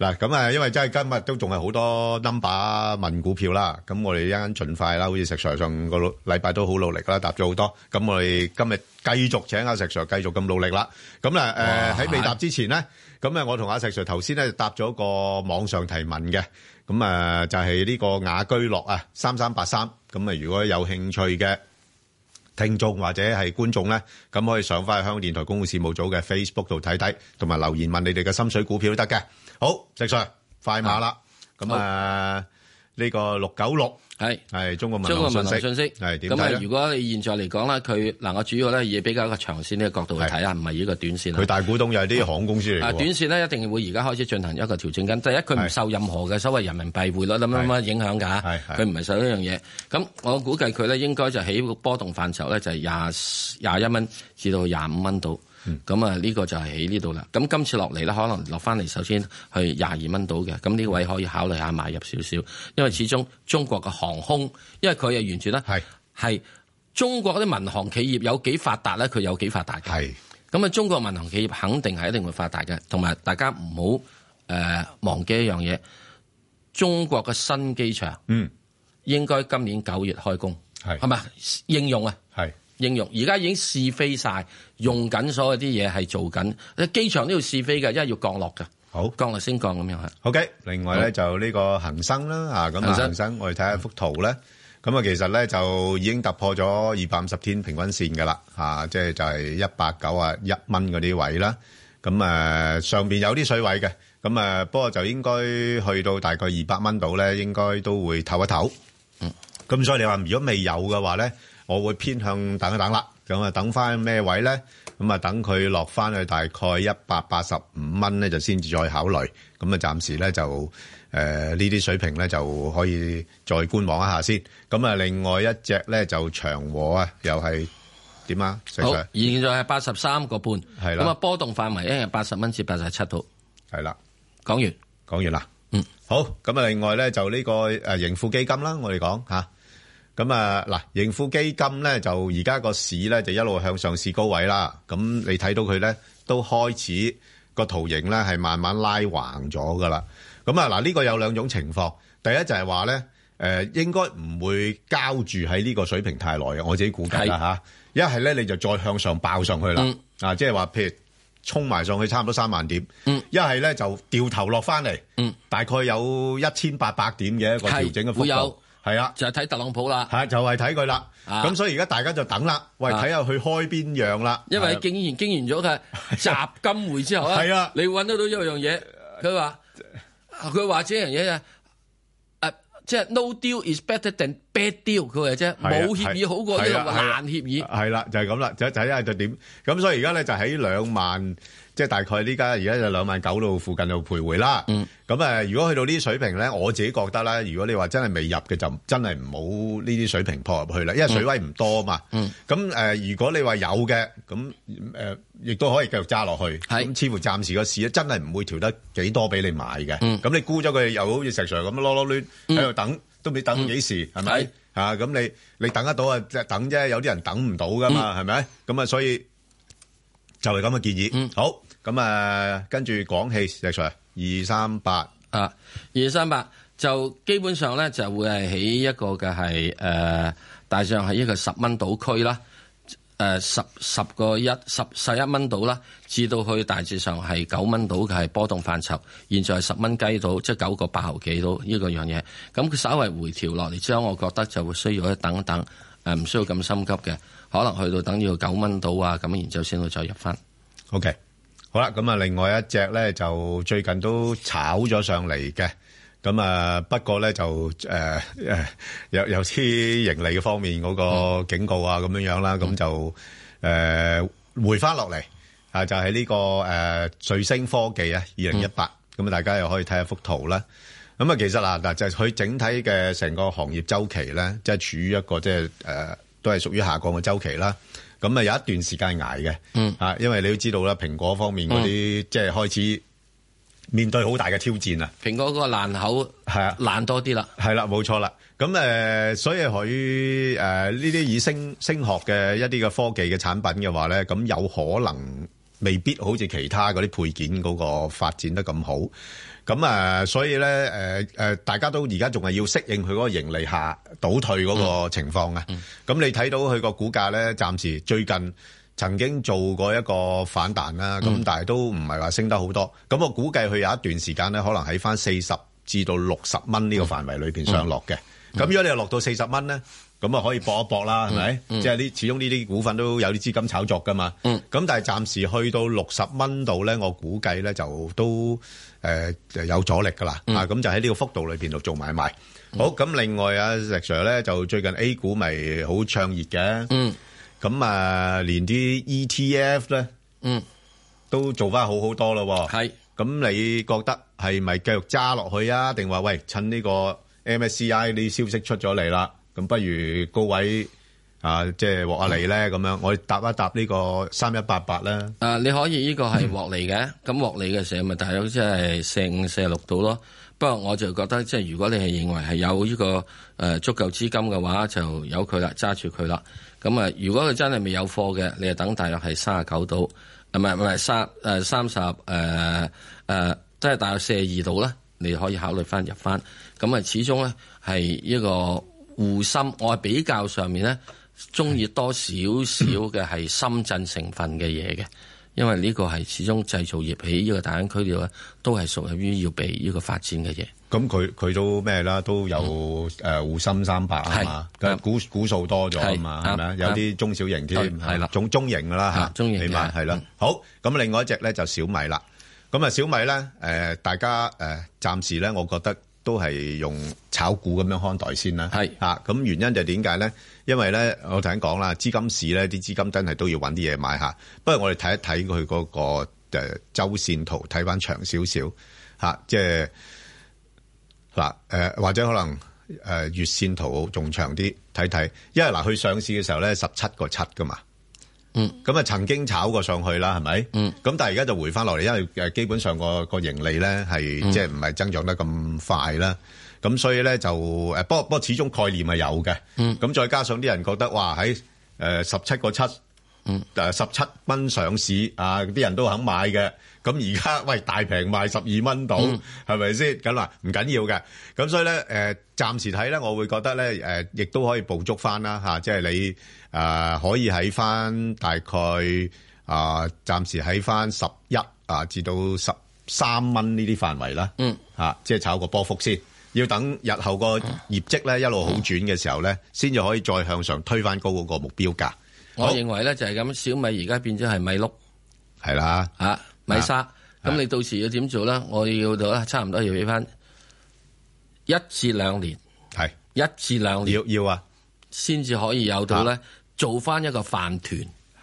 [SPEAKER 1] 嗱，咁啊，因為真係今日都仲係好多 number 問股票啦，咁我哋一陣盡快啦，好似石 Sir 上個禮拜都好努力啦，答咗好多，咁我哋今日繼續請阿石 Sir 繼續咁努力啦，咁啦，誒
[SPEAKER 2] 哇
[SPEAKER 1] 喺未答之前咧，咁啊，我同阿石 Sir 頭先咧就答咗個網上提問嘅。咁啊，就係呢個雅居樂啊，三三八三。咁啊，如果有興趣嘅聽眾或者係觀眾咧，咁可以上翻香港電台公共事務組嘅 Facebook 度睇睇，同埋留言問你哋嘅心水股票都得嘅。好，石 Sir 快馬啦。咁啊，呢個六九六
[SPEAKER 2] 係。
[SPEAKER 1] 係中國民
[SPEAKER 2] 將個
[SPEAKER 1] 航
[SPEAKER 2] 民
[SPEAKER 1] 信息
[SPEAKER 2] 航信息
[SPEAKER 1] 係點
[SPEAKER 2] 咁
[SPEAKER 1] 睇
[SPEAKER 2] 啊！
[SPEAKER 1] 咧
[SPEAKER 2] 如？果你現在嚟講啦，佢嗱，我主要咧以比較一個長線呢個角度去睇啊，唔係以一個短線
[SPEAKER 1] 佢
[SPEAKER 2] 啦。
[SPEAKER 1] 大股東又係啲航空公司嚟
[SPEAKER 2] 啊，
[SPEAKER 1] 嘅
[SPEAKER 2] 短
[SPEAKER 1] 喎，
[SPEAKER 2] 線咧一定會而家開始進行一個調整緊。第一，佢
[SPEAKER 1] 係
[SPEAKER 2] 唔受任何嘅所謂人民幣匯率咁
[SPEAKER 1] 係
[SPEAKER 2] 樣乜影響㗎
[SPEAKER 1] 係係
[SPEAKER 2] 佢唔係受呢樣嘢。咁我估計佢咧應該就喺個波動範疇咧就係廿廿一蚊至到廿五蚊度。咁啊，呢個就係喺呢度啦。咁今次落嚟咧，可能落翻嚟，首先去廿二蚊度嘅。咁呢個位可以考慮下買入少少，因為始終中國嘅航空，因為佢係完全咧
[SPEAKER 1] 係
[SPEAKER 2] 係中國啲民航企業有幾發達咧，佢有幾發達嘅。
[SPEAKER 1] 係
[SPEAKER 2] 咁啊，中國民航企業肯定係一定會發達嘅，同埋大家唔好誒忘記一樣嘢，中國嘅新機場
[SPEAKER 1] 嗯
[SPEAKER 2] 應該今年九月開工，
[SPEAKER 1] 係
[SPEAKER 2] 係咪應用啊？
[SPEAKER 1] 係
[SPEAKER 2] 應用而家已經試飛晒，用緊所有啲嘢係做緊，機場都要試飛嘅，因為要降落嘅，
[SPEAKER 1] 好。
[SPEAKER 2] 降落升降咁樣啊係。
[SPEAKER 1] OK，另外咧，
[SPEAKER 2] 好。
[SPEAKER 1] 就呢個恒生啦，啊，咁啊，
[SPEAKER 2] 恒生。
[SPEAKER 1] 恒生，我哋睇下幅圖咧，咁啊，其實咧，就已經突破咗250天平均線㗎啦，啊，即係-就係191蚊嗰啲位啦。咁，誒，上邊有啲水位嘅，咁，誒，不過就應該去到大概200蚊度咧，應該都會唞一唞。咁所以你話如果未有嘅話呢，我會偏向等一等啦。咁啊，等返咩位呢？咁啊，等佢落返去大概185蚊呢，就先至再考慮。咁啊，暫時呢，就，呃，呢啲水平呢，就可以再觀望一下先。咁啊，另外一隻呢，就長和啊，又係點啊？石
[SPEAKER 2] 好，而
[SPEAKER 1] Sir？
[SPEAKER 2] 現在係八十三個半，
[SPEAKER 1] 係啦
[SPEAKER 2] 咁啊波動範圍一係八十蚊至八十七度。講完，
[SPEAKER 1] 係啦，講完啦。啊
[SPEAKER 2] 嗯。
[SPEAKER 1] 呃啊啊好，咁啊，另外呢，就呢個，呃，盈富基金啦，我哋講，吓。咁啊，嗱，盈富基金呢，就而家個市呢，就一路向上試高位啦。咁你睇到佢呢，都開始個圖形呢，係慢慢拉橫咗㗎啦。咁啊，嗱，呢個有兩種情況。第一就係話呢，呃，應該唔會膠住喺呢個水平太耐嘅，我自己估計啦，
[SPEAKER 2] 係。
[SPEAKER 1] 吓。一係呢，你就再向上爆上去啦。
[SPEAKER 2] 嗯。
[SPEAKER 1] 啊，即係話譬如衝埋上去差唔多三萬點，
[SPEAKER 2] 嗯
[SPEAKER 1] 一係咧就掉頭落翻嚟，
[SPEAKER 2] 嗯
[SPEAKER 1] 大概有一千八百點嘅一個調整嘅幅
[SPEAKER 2] 係會有
[SPEAKER 1] 度，係啊，
[SPEAKER 2] 就係睇特朗普啦，
[SPEAKER 1] 係就係睇佢啦。
[SPEAKER 2] 啊
[SPEAKER 1] 咁所以而家大家就等啦，喂，
[SPEAKER 2] 啊
[SPEAKER 1] 睇下佢開邊樣啦。
[SPEAKER 2] 因為
[SPEAKER 1] 係啊啊
[SPEAKER 2] 經完經完咗嘅集金會之後
[SPEAKER 1] 係啊
[SPEAKER 2] 你揾得到一樣嘢，佢話啊佢話呢樣嘢啊。誒即係 no deal is better than bad deal，佢話
[SPEAKER 1] 係
[SPEAKER 2] 啫，
[SPEAKER 1] 啊
[SPEAKER 2] 冇協議好過呢
[SPEAKER 1] 係啊
[SPEAKER 2] 個
[SPEAKER 1] 係啊
[SPEAKER 2] 爛協議。
[SPEAKER 1] 係啦，就係咁啦，就睇下就點。咁所以而家咧就喺兩萬，即係大概呢家而家就兩萬九度附近度徘徊啦。
[SPEAKER 2] 嗯
[SPEAKER 1] 咁誒，如果去到呢啲水平咧，我自己覺得咧，如果你話真係未入嘅，就真係唔好呢啲水平破入去啦，因為水位唔多嘛。
[SPEAKER 2] 嗯
[SPEAKER 1] 咁誒、如果你話有嘅，咁誒亦都可以繼續揸落去。
[SPEAKER 2] 係
[SPEAKER 1] 咁似乎暫時個市咧真係唔會調得幾多俾你買嘅。咁、
[SPEAKER 2] 嗯
[SPEAKER 1] 你沽咗佢，又好似石 Sir 咁囉囉攣喺度等，都唔知等幾時，係咪
[SPEAKER 2] 嗯係？
[SPEAKER 1] 啊，咁你你等得到啊，即係等啫，有啲人等唔到噶嘛，係咪？咁啊，所以就係咁嘅建
[SPEAKER 2] 嗯
[SPEAKER 1] 議。好，咁啊，跟住講起石 Sir 二三八，
[SPEAKER 2] 啊，二三八就基本上咧就會係喺一個嘅係誒，大致上係一個十蚊島區啦，誒十十個一十十一蚊島啦，至到去大致上係九蚊島嘅係波動範疇。現在係十蚊雞島，即係九個八毫幾島呢個樣嘢。咁佢稍為回調落嚟之後，我覺得就會需要一等一等，誒、呃唔需要咁心急嘅，可能去到等要九蚊島啊，咁然之後先會再入翻。
[SPEAKER 1] OK，好啦，咁啊，另外一隻咧就最近都炒咗上嚟嘅，咁啊，不過咧就誒誒、有有啲盈利嘅方面嗰個警告啊咁樣樣啦，咁就誒、呃回翻落嚟啊，就係、呢、個誒、瑞星科技啊，二零一八，咁啊，大家又可以睇下幅圖啦。咁啊，其實嗱嗱就係佢整體嘅成個行業周期咧，即係處於一個即係誒都係屬於下降嘅周期啦。咁啊有一段時間捱嘅，
[SPEAKER 2] 嗯
[SPEAKER 1] 啊，因為你都知道啦，蘋果方面嗰啲即係開始面對好大嘅挑戰啊，
[SPEAKER 2] 蘋果嗰個爛口
[SPEAKER 1] 係啊。
[SPEAKER 2] 爛多啲啦。
[SPEAKER 1] 係啦，冇錯啦。咁誒、呃所以佢誒呢啲以聲聲學嘅一啲嘅科技嘅產品嘅話咧，咁有可能未必好似其他嗰啲配件嗰個發展得咁好。咁啊、呃所以咧誒誒，大家都而家仲係要適應佢嗰個盈利下倒退嗰個情況啊。咁、你睇到佢個股價咧，暫時最近。曾經做過一個反彈啦，咁但係都唔係話升得好多。咁我估計佢有一段時間咧，可能喺翻四十至到六十蚊呢個範圍裏邊上落嘅。咁如果你係落到四十蚊咧，咁啊可以搏一搏啦，係咪？即係呢，始終呢啲股份都有啲資金炒作噶嘛。咁但係暫時去到六十蚊度咧，我估計咧就都誒有阻力㗎啦。啊，咁就喺呢個幅度裏邊度做買賣。好，咁另外啊，石 Sir 咧就最近 A 股咪好暢熱嘅。
[SPEAKER 2] 嗯
[SPEAKER 1] 咁啊，連啲 ETF 咧
[SPEAKER 2] 嗯，
[SPEAKER 1] 都做翻好好多咯。
[SPEAKER 2] 係。
[SPEAKER 1] 咁，你覺得係咪繼續揸落去啊？定話喂，趁呢個 MSCI 啲消息出咗嚟啦，咁不如高位啊，即係獲下利咧咁樣，我哋搭一搭呢個三一八八啦。
[SPEAKER 2] 啊，你可以呢個係獲利嘅，咁獲利嘅時候咪大約即係四五四六度咯。不過我就覺得即係如果你係認為係有呢、個誒、呃足夠資金嘅話，就由佢啦，揸住佢啦。咁啊，如果佢真係未有貨嘅，你就等大約係三十九度，啊唔係唔係三誒三十誒誒，即係大約四十二度啦，你可以考慮翻入翻。咁啊，始終咧係一個護心，我係比較上面咧中意多少少嘅係深圳成分嘅嘢嘅。因為呢個係始終製造業喺呢個大灣區度咧，都係屬於要被呢個發展嘅嘢。
[SPEAKER 1] 咁佢佢都咩啦，都有誒滬深三百啊嘛，
[SPEAKER 2] 係
[SPEAKER 1] 咁股股數多咗啊嘛，
[SPEAKER 2] 係
[SPEAKER 1] 係咪啊？
[SPEAKER 2] 啱
[SPEAKER 1] 有啲中小型添，
[SPEAKER 2] 對係啦
[SPEAKER 1] 中中型噶啦嚇，
[SPEAKER 2] 啊中型嘅
[SPEAKER 1] 起碼係啦
[SPEAKER 2] 嗯。
[SPEAKER 1] 好，咁另外一隻咧就小米啦。咁啊，小米咧誒，大家誒暫時咧，我覺得都係用炒股咁樣看待先啦。
[SPEAKER 2] 係
[SPEAKER 1] 啊，咁原因就點解咧？因為咧，我頭先講啦，資金市咧，啲資金真係都要揾啲嘢買下。不過我哋睇一睇佢嗰個誒週線圖，睇翻長少少嚇，即係。嗱，誒、或者可能誒、呃、月線圖仲長啲睇睇，因為嗱佢上市嘅時候咧十七個七噶嘛，
[SPEAKER 2] 嗯，
[SPEAKER 1] 咁啊曾經炒過上去啦，係咪？
[SPEAKER 2] 嗯，
[SPEAKER 1] 咁但係而家就回翻落嚟，因為誒基本上個個盈利咧係、即係唔係增長得咁快啦。咁所以咧就誒，不過不過始終概念係有嘅，
[SPEAKER 2] 嗯
[SPEAKER 1] 咁再加上啲人覺得哇喺誒十七個七，
[SPEAKER 2] 嗯
[SPEAKER 1] 誒十七蚊上市啊，啲人都肯買嘅。咁而家喂大平賣十二蚊到，係咪先？咁嗱唔緊要嘅。咁所以咧誒、暫時睇咧，我會覺得咧誒、亦都可以捕捉翻啦嚇，即係你誒、可以喺翻大概。啊，暫時喺翻十一啊至到十三蚊呢啲範圍啦。
[SPEAKER 2] 嗯，
[SPEAKER 1] 啊，即係炒個波幅先，要等日後個業績咧一路好轉嘅時候咧，先至可以再向上推翻高嗰個目標價。
[SPEAKER 2] 我
[SPEAKER 1] 好
[SPEAKER 2] 認為咧就係咁，小米而家變咗係米碌
[SPEAKER 1] 係啦，
[SPEAKER 2] 啊，米沙。咁你到時要點做咧？我要到咧，差唔多要俾翻一至兩年，
[SPEAKER 1] 係
[SPEAKER 2] 一至兩年
[SPEAKER 1] 要啊要啊，
[SPEAKER 2] 先至可以有到咧，做翻一個飯團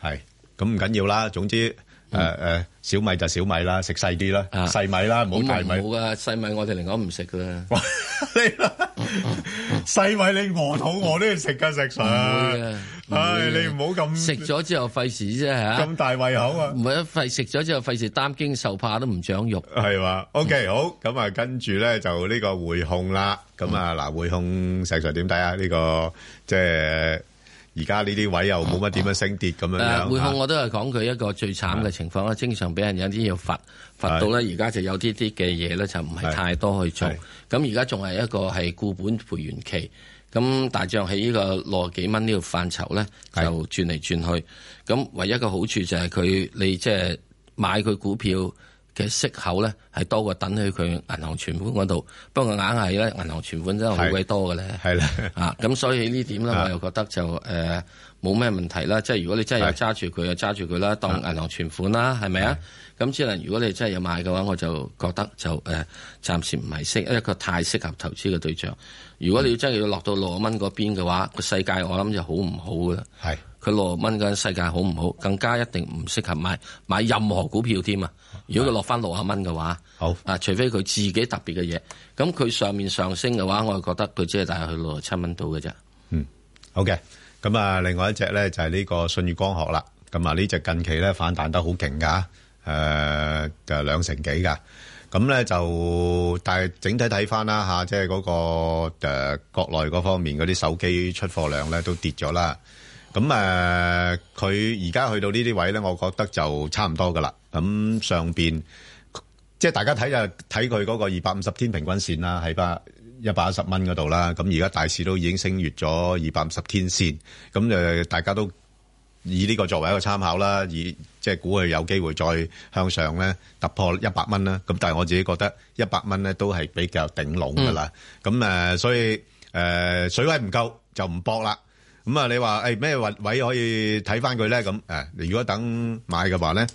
[SPEAKER 1] 係咁唔緊要啦。總之誒誒，小米就小米啦，食細啲啦，
[SPEAKER 2] 啊
[SPEAKER 1] 細米啦，唔好
[SPEAKER 2] 咁
[SPEAKER 1] 大
[SPEAKER 2] 咪
[SPEAKER 1] 米
[SPEAKER 2] 冇。噶細米，我哋嚟講唔食噶
[SPEAKER 1] 啊
[SPEAKER 2] 啦。
[SPEAKER 1] 你啦， 細米你餓肚我都要食噶，食上。
[SPEAKER 2] 會嘅唔會
[SPEAKER 1] 唉，
[SPEAKER 2] 嘅
[SPEAKER 1] 你唔好咁
[SPEAKER 2] 食咗之後費事啫嚇，
[SPEAKER 1] 咁大胃口啊！
[SPEAKER 2] 唔係一費食咗之後費事擔驚受怕都唔長肉。
[SPEAKER 1] 係嘛？OK，好，咁啊，跟住咧就呢個匯控啦。咁啊，嗱，匯控石 Sir 點睇啊？呢個即係而家呢啲位又冇乜點樣升跌咁樣啊
[SPEAKER 2] 誒
[SPEAKER 1] 樣。
[SPEAKER 2] 啊匯控我都係講佢一個最慘嘅情況啦，經常俾人有啲要罰，罰到咧而家就有啲啲嘅嘢咧就唔係太多去做
[SPEAKER 1] 係，
[SPEAKER 2] 咁而家仲係一個係固本培元期，咁大象喺呢個六十幾蚊呢個範疇咧就
[SPEAKER 1] 係
[SPEAKER 2] 轉嚟轉去，咁唯一嘅好處就係佢你即係買佢股票。嘅息口咧係多過等喺佢銀行存款嗰度，不過硬係咧銀行存款真係好鬼多嘅咧。
[SPEAKER 1] 係啦，
[SPEAKER 2] 啊，咁所以呢點咧，
[SPEAKER 1] 啊
[SPEAKER 2] 我又覺得就誒冇咩問題啦。即係如果你真係有
[SPEAKER 1] 係
[SPEAKER 2] 揸住佢，就揸住佢啦，當銀行存款啦，係咪啊？咁只能如果你真係有買嘅話，我就覺得就誒、呃、暫時唔係適一個太適合投資嘅對象。如果你真係要落到六十蚊嗰邊嘅話，個世界我諗就好唔好噶啦。
[SPEAKER 1] 係
[SPEAKER 2] 佢六十蚊嗰陣世界好唔好，更加一定唔適合買買任何股票添啊！如果佢落翻六十蚊嘅話，
[SPEAKER 1] 好
[SPEAKER 2] 啊，除非佢自己特別嘅嘢，咁佢上面上升嘅話，我就覺得佢只係大概去六十七蚊度嘅啫。
[SPEAKER 1] 好嘅。咁啊，另外一隻咧就係呢個信譽光學啦。咁啊，呢隻近期咧反彈得好勁噶，誒就兩成幾噶。咁咧就，但係整體睇翻啦嚇，即係嗰個誒國內嗰方面嗰啲手機出貨量咧都跌咗啦。咁誒，呃佢而家去到呢啲位咧，我覺得就差唔多噶啦。咁上邊即係大家睇就睇佢嗰個二百五十天平均線啦，喺百一百一十蚊嗰度啦。咁而家大市都已經升越咗二百五十天線，咁誒大家都以呢個作為一個參考啦，以即係估佢有機會再向上咧突破一百蚊啦。咁但係我自己覺得一百蚊咧都係比較頂籠噶啦。咁誒、呃所以誒、呃水位唔夠就唔搏啦。咁啊，你話誒咩位位可以睇翻佢咧？咁誒、呃如果等買嘅話咧，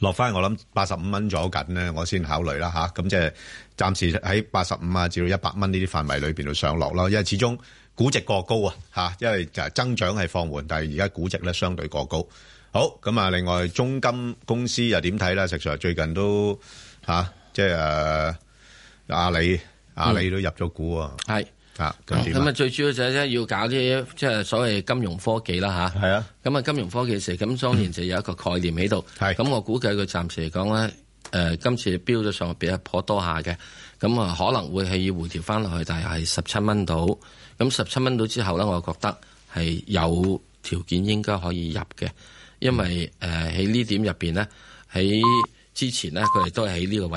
[SPEAKER 1] 落翻我諗八十五蚊左緊咧，我先考慮啦吓，咁即係暫時喺八十五啊至到一百蚊呢啲範圍裏邊度上落咯，因為始終估值過高啊吓，因為就係增長係放緩，但係而家估值咧相對過高。好咁啊，另外中金公司又點睇咧？石 Sir 最近都呃吓、即係誒、阿里阿里都入咗股啊，
[SPEAKER 2] 係
[SPEAKER 1] 啊，咁點
[SPEAKER 2] 咁啊，
[SPEAKER 1] 啊？
[SPEAKER 2] 最主要就係咧要搞啲即係所謂金融科技啦吓，
[SPEAKER 1] 係啊，
[SPEAKER 2] 咁啊，金融科技時咁當然就有一個概念喺度。
[SPEAKER 1] 係
[SPEAKER 2] 咁，我估計佢暫時嚟講咧，誒、今次飆咗上去比較頗多下嘅，咁啊可能會係要回調翻落去，大概係十七蚊到。咁十七蚊到之後咧，我覺得係有條件應該可以入嘅，因為誒喺呢點入邊咧，喺之前咧佢哋都係喺呢個位。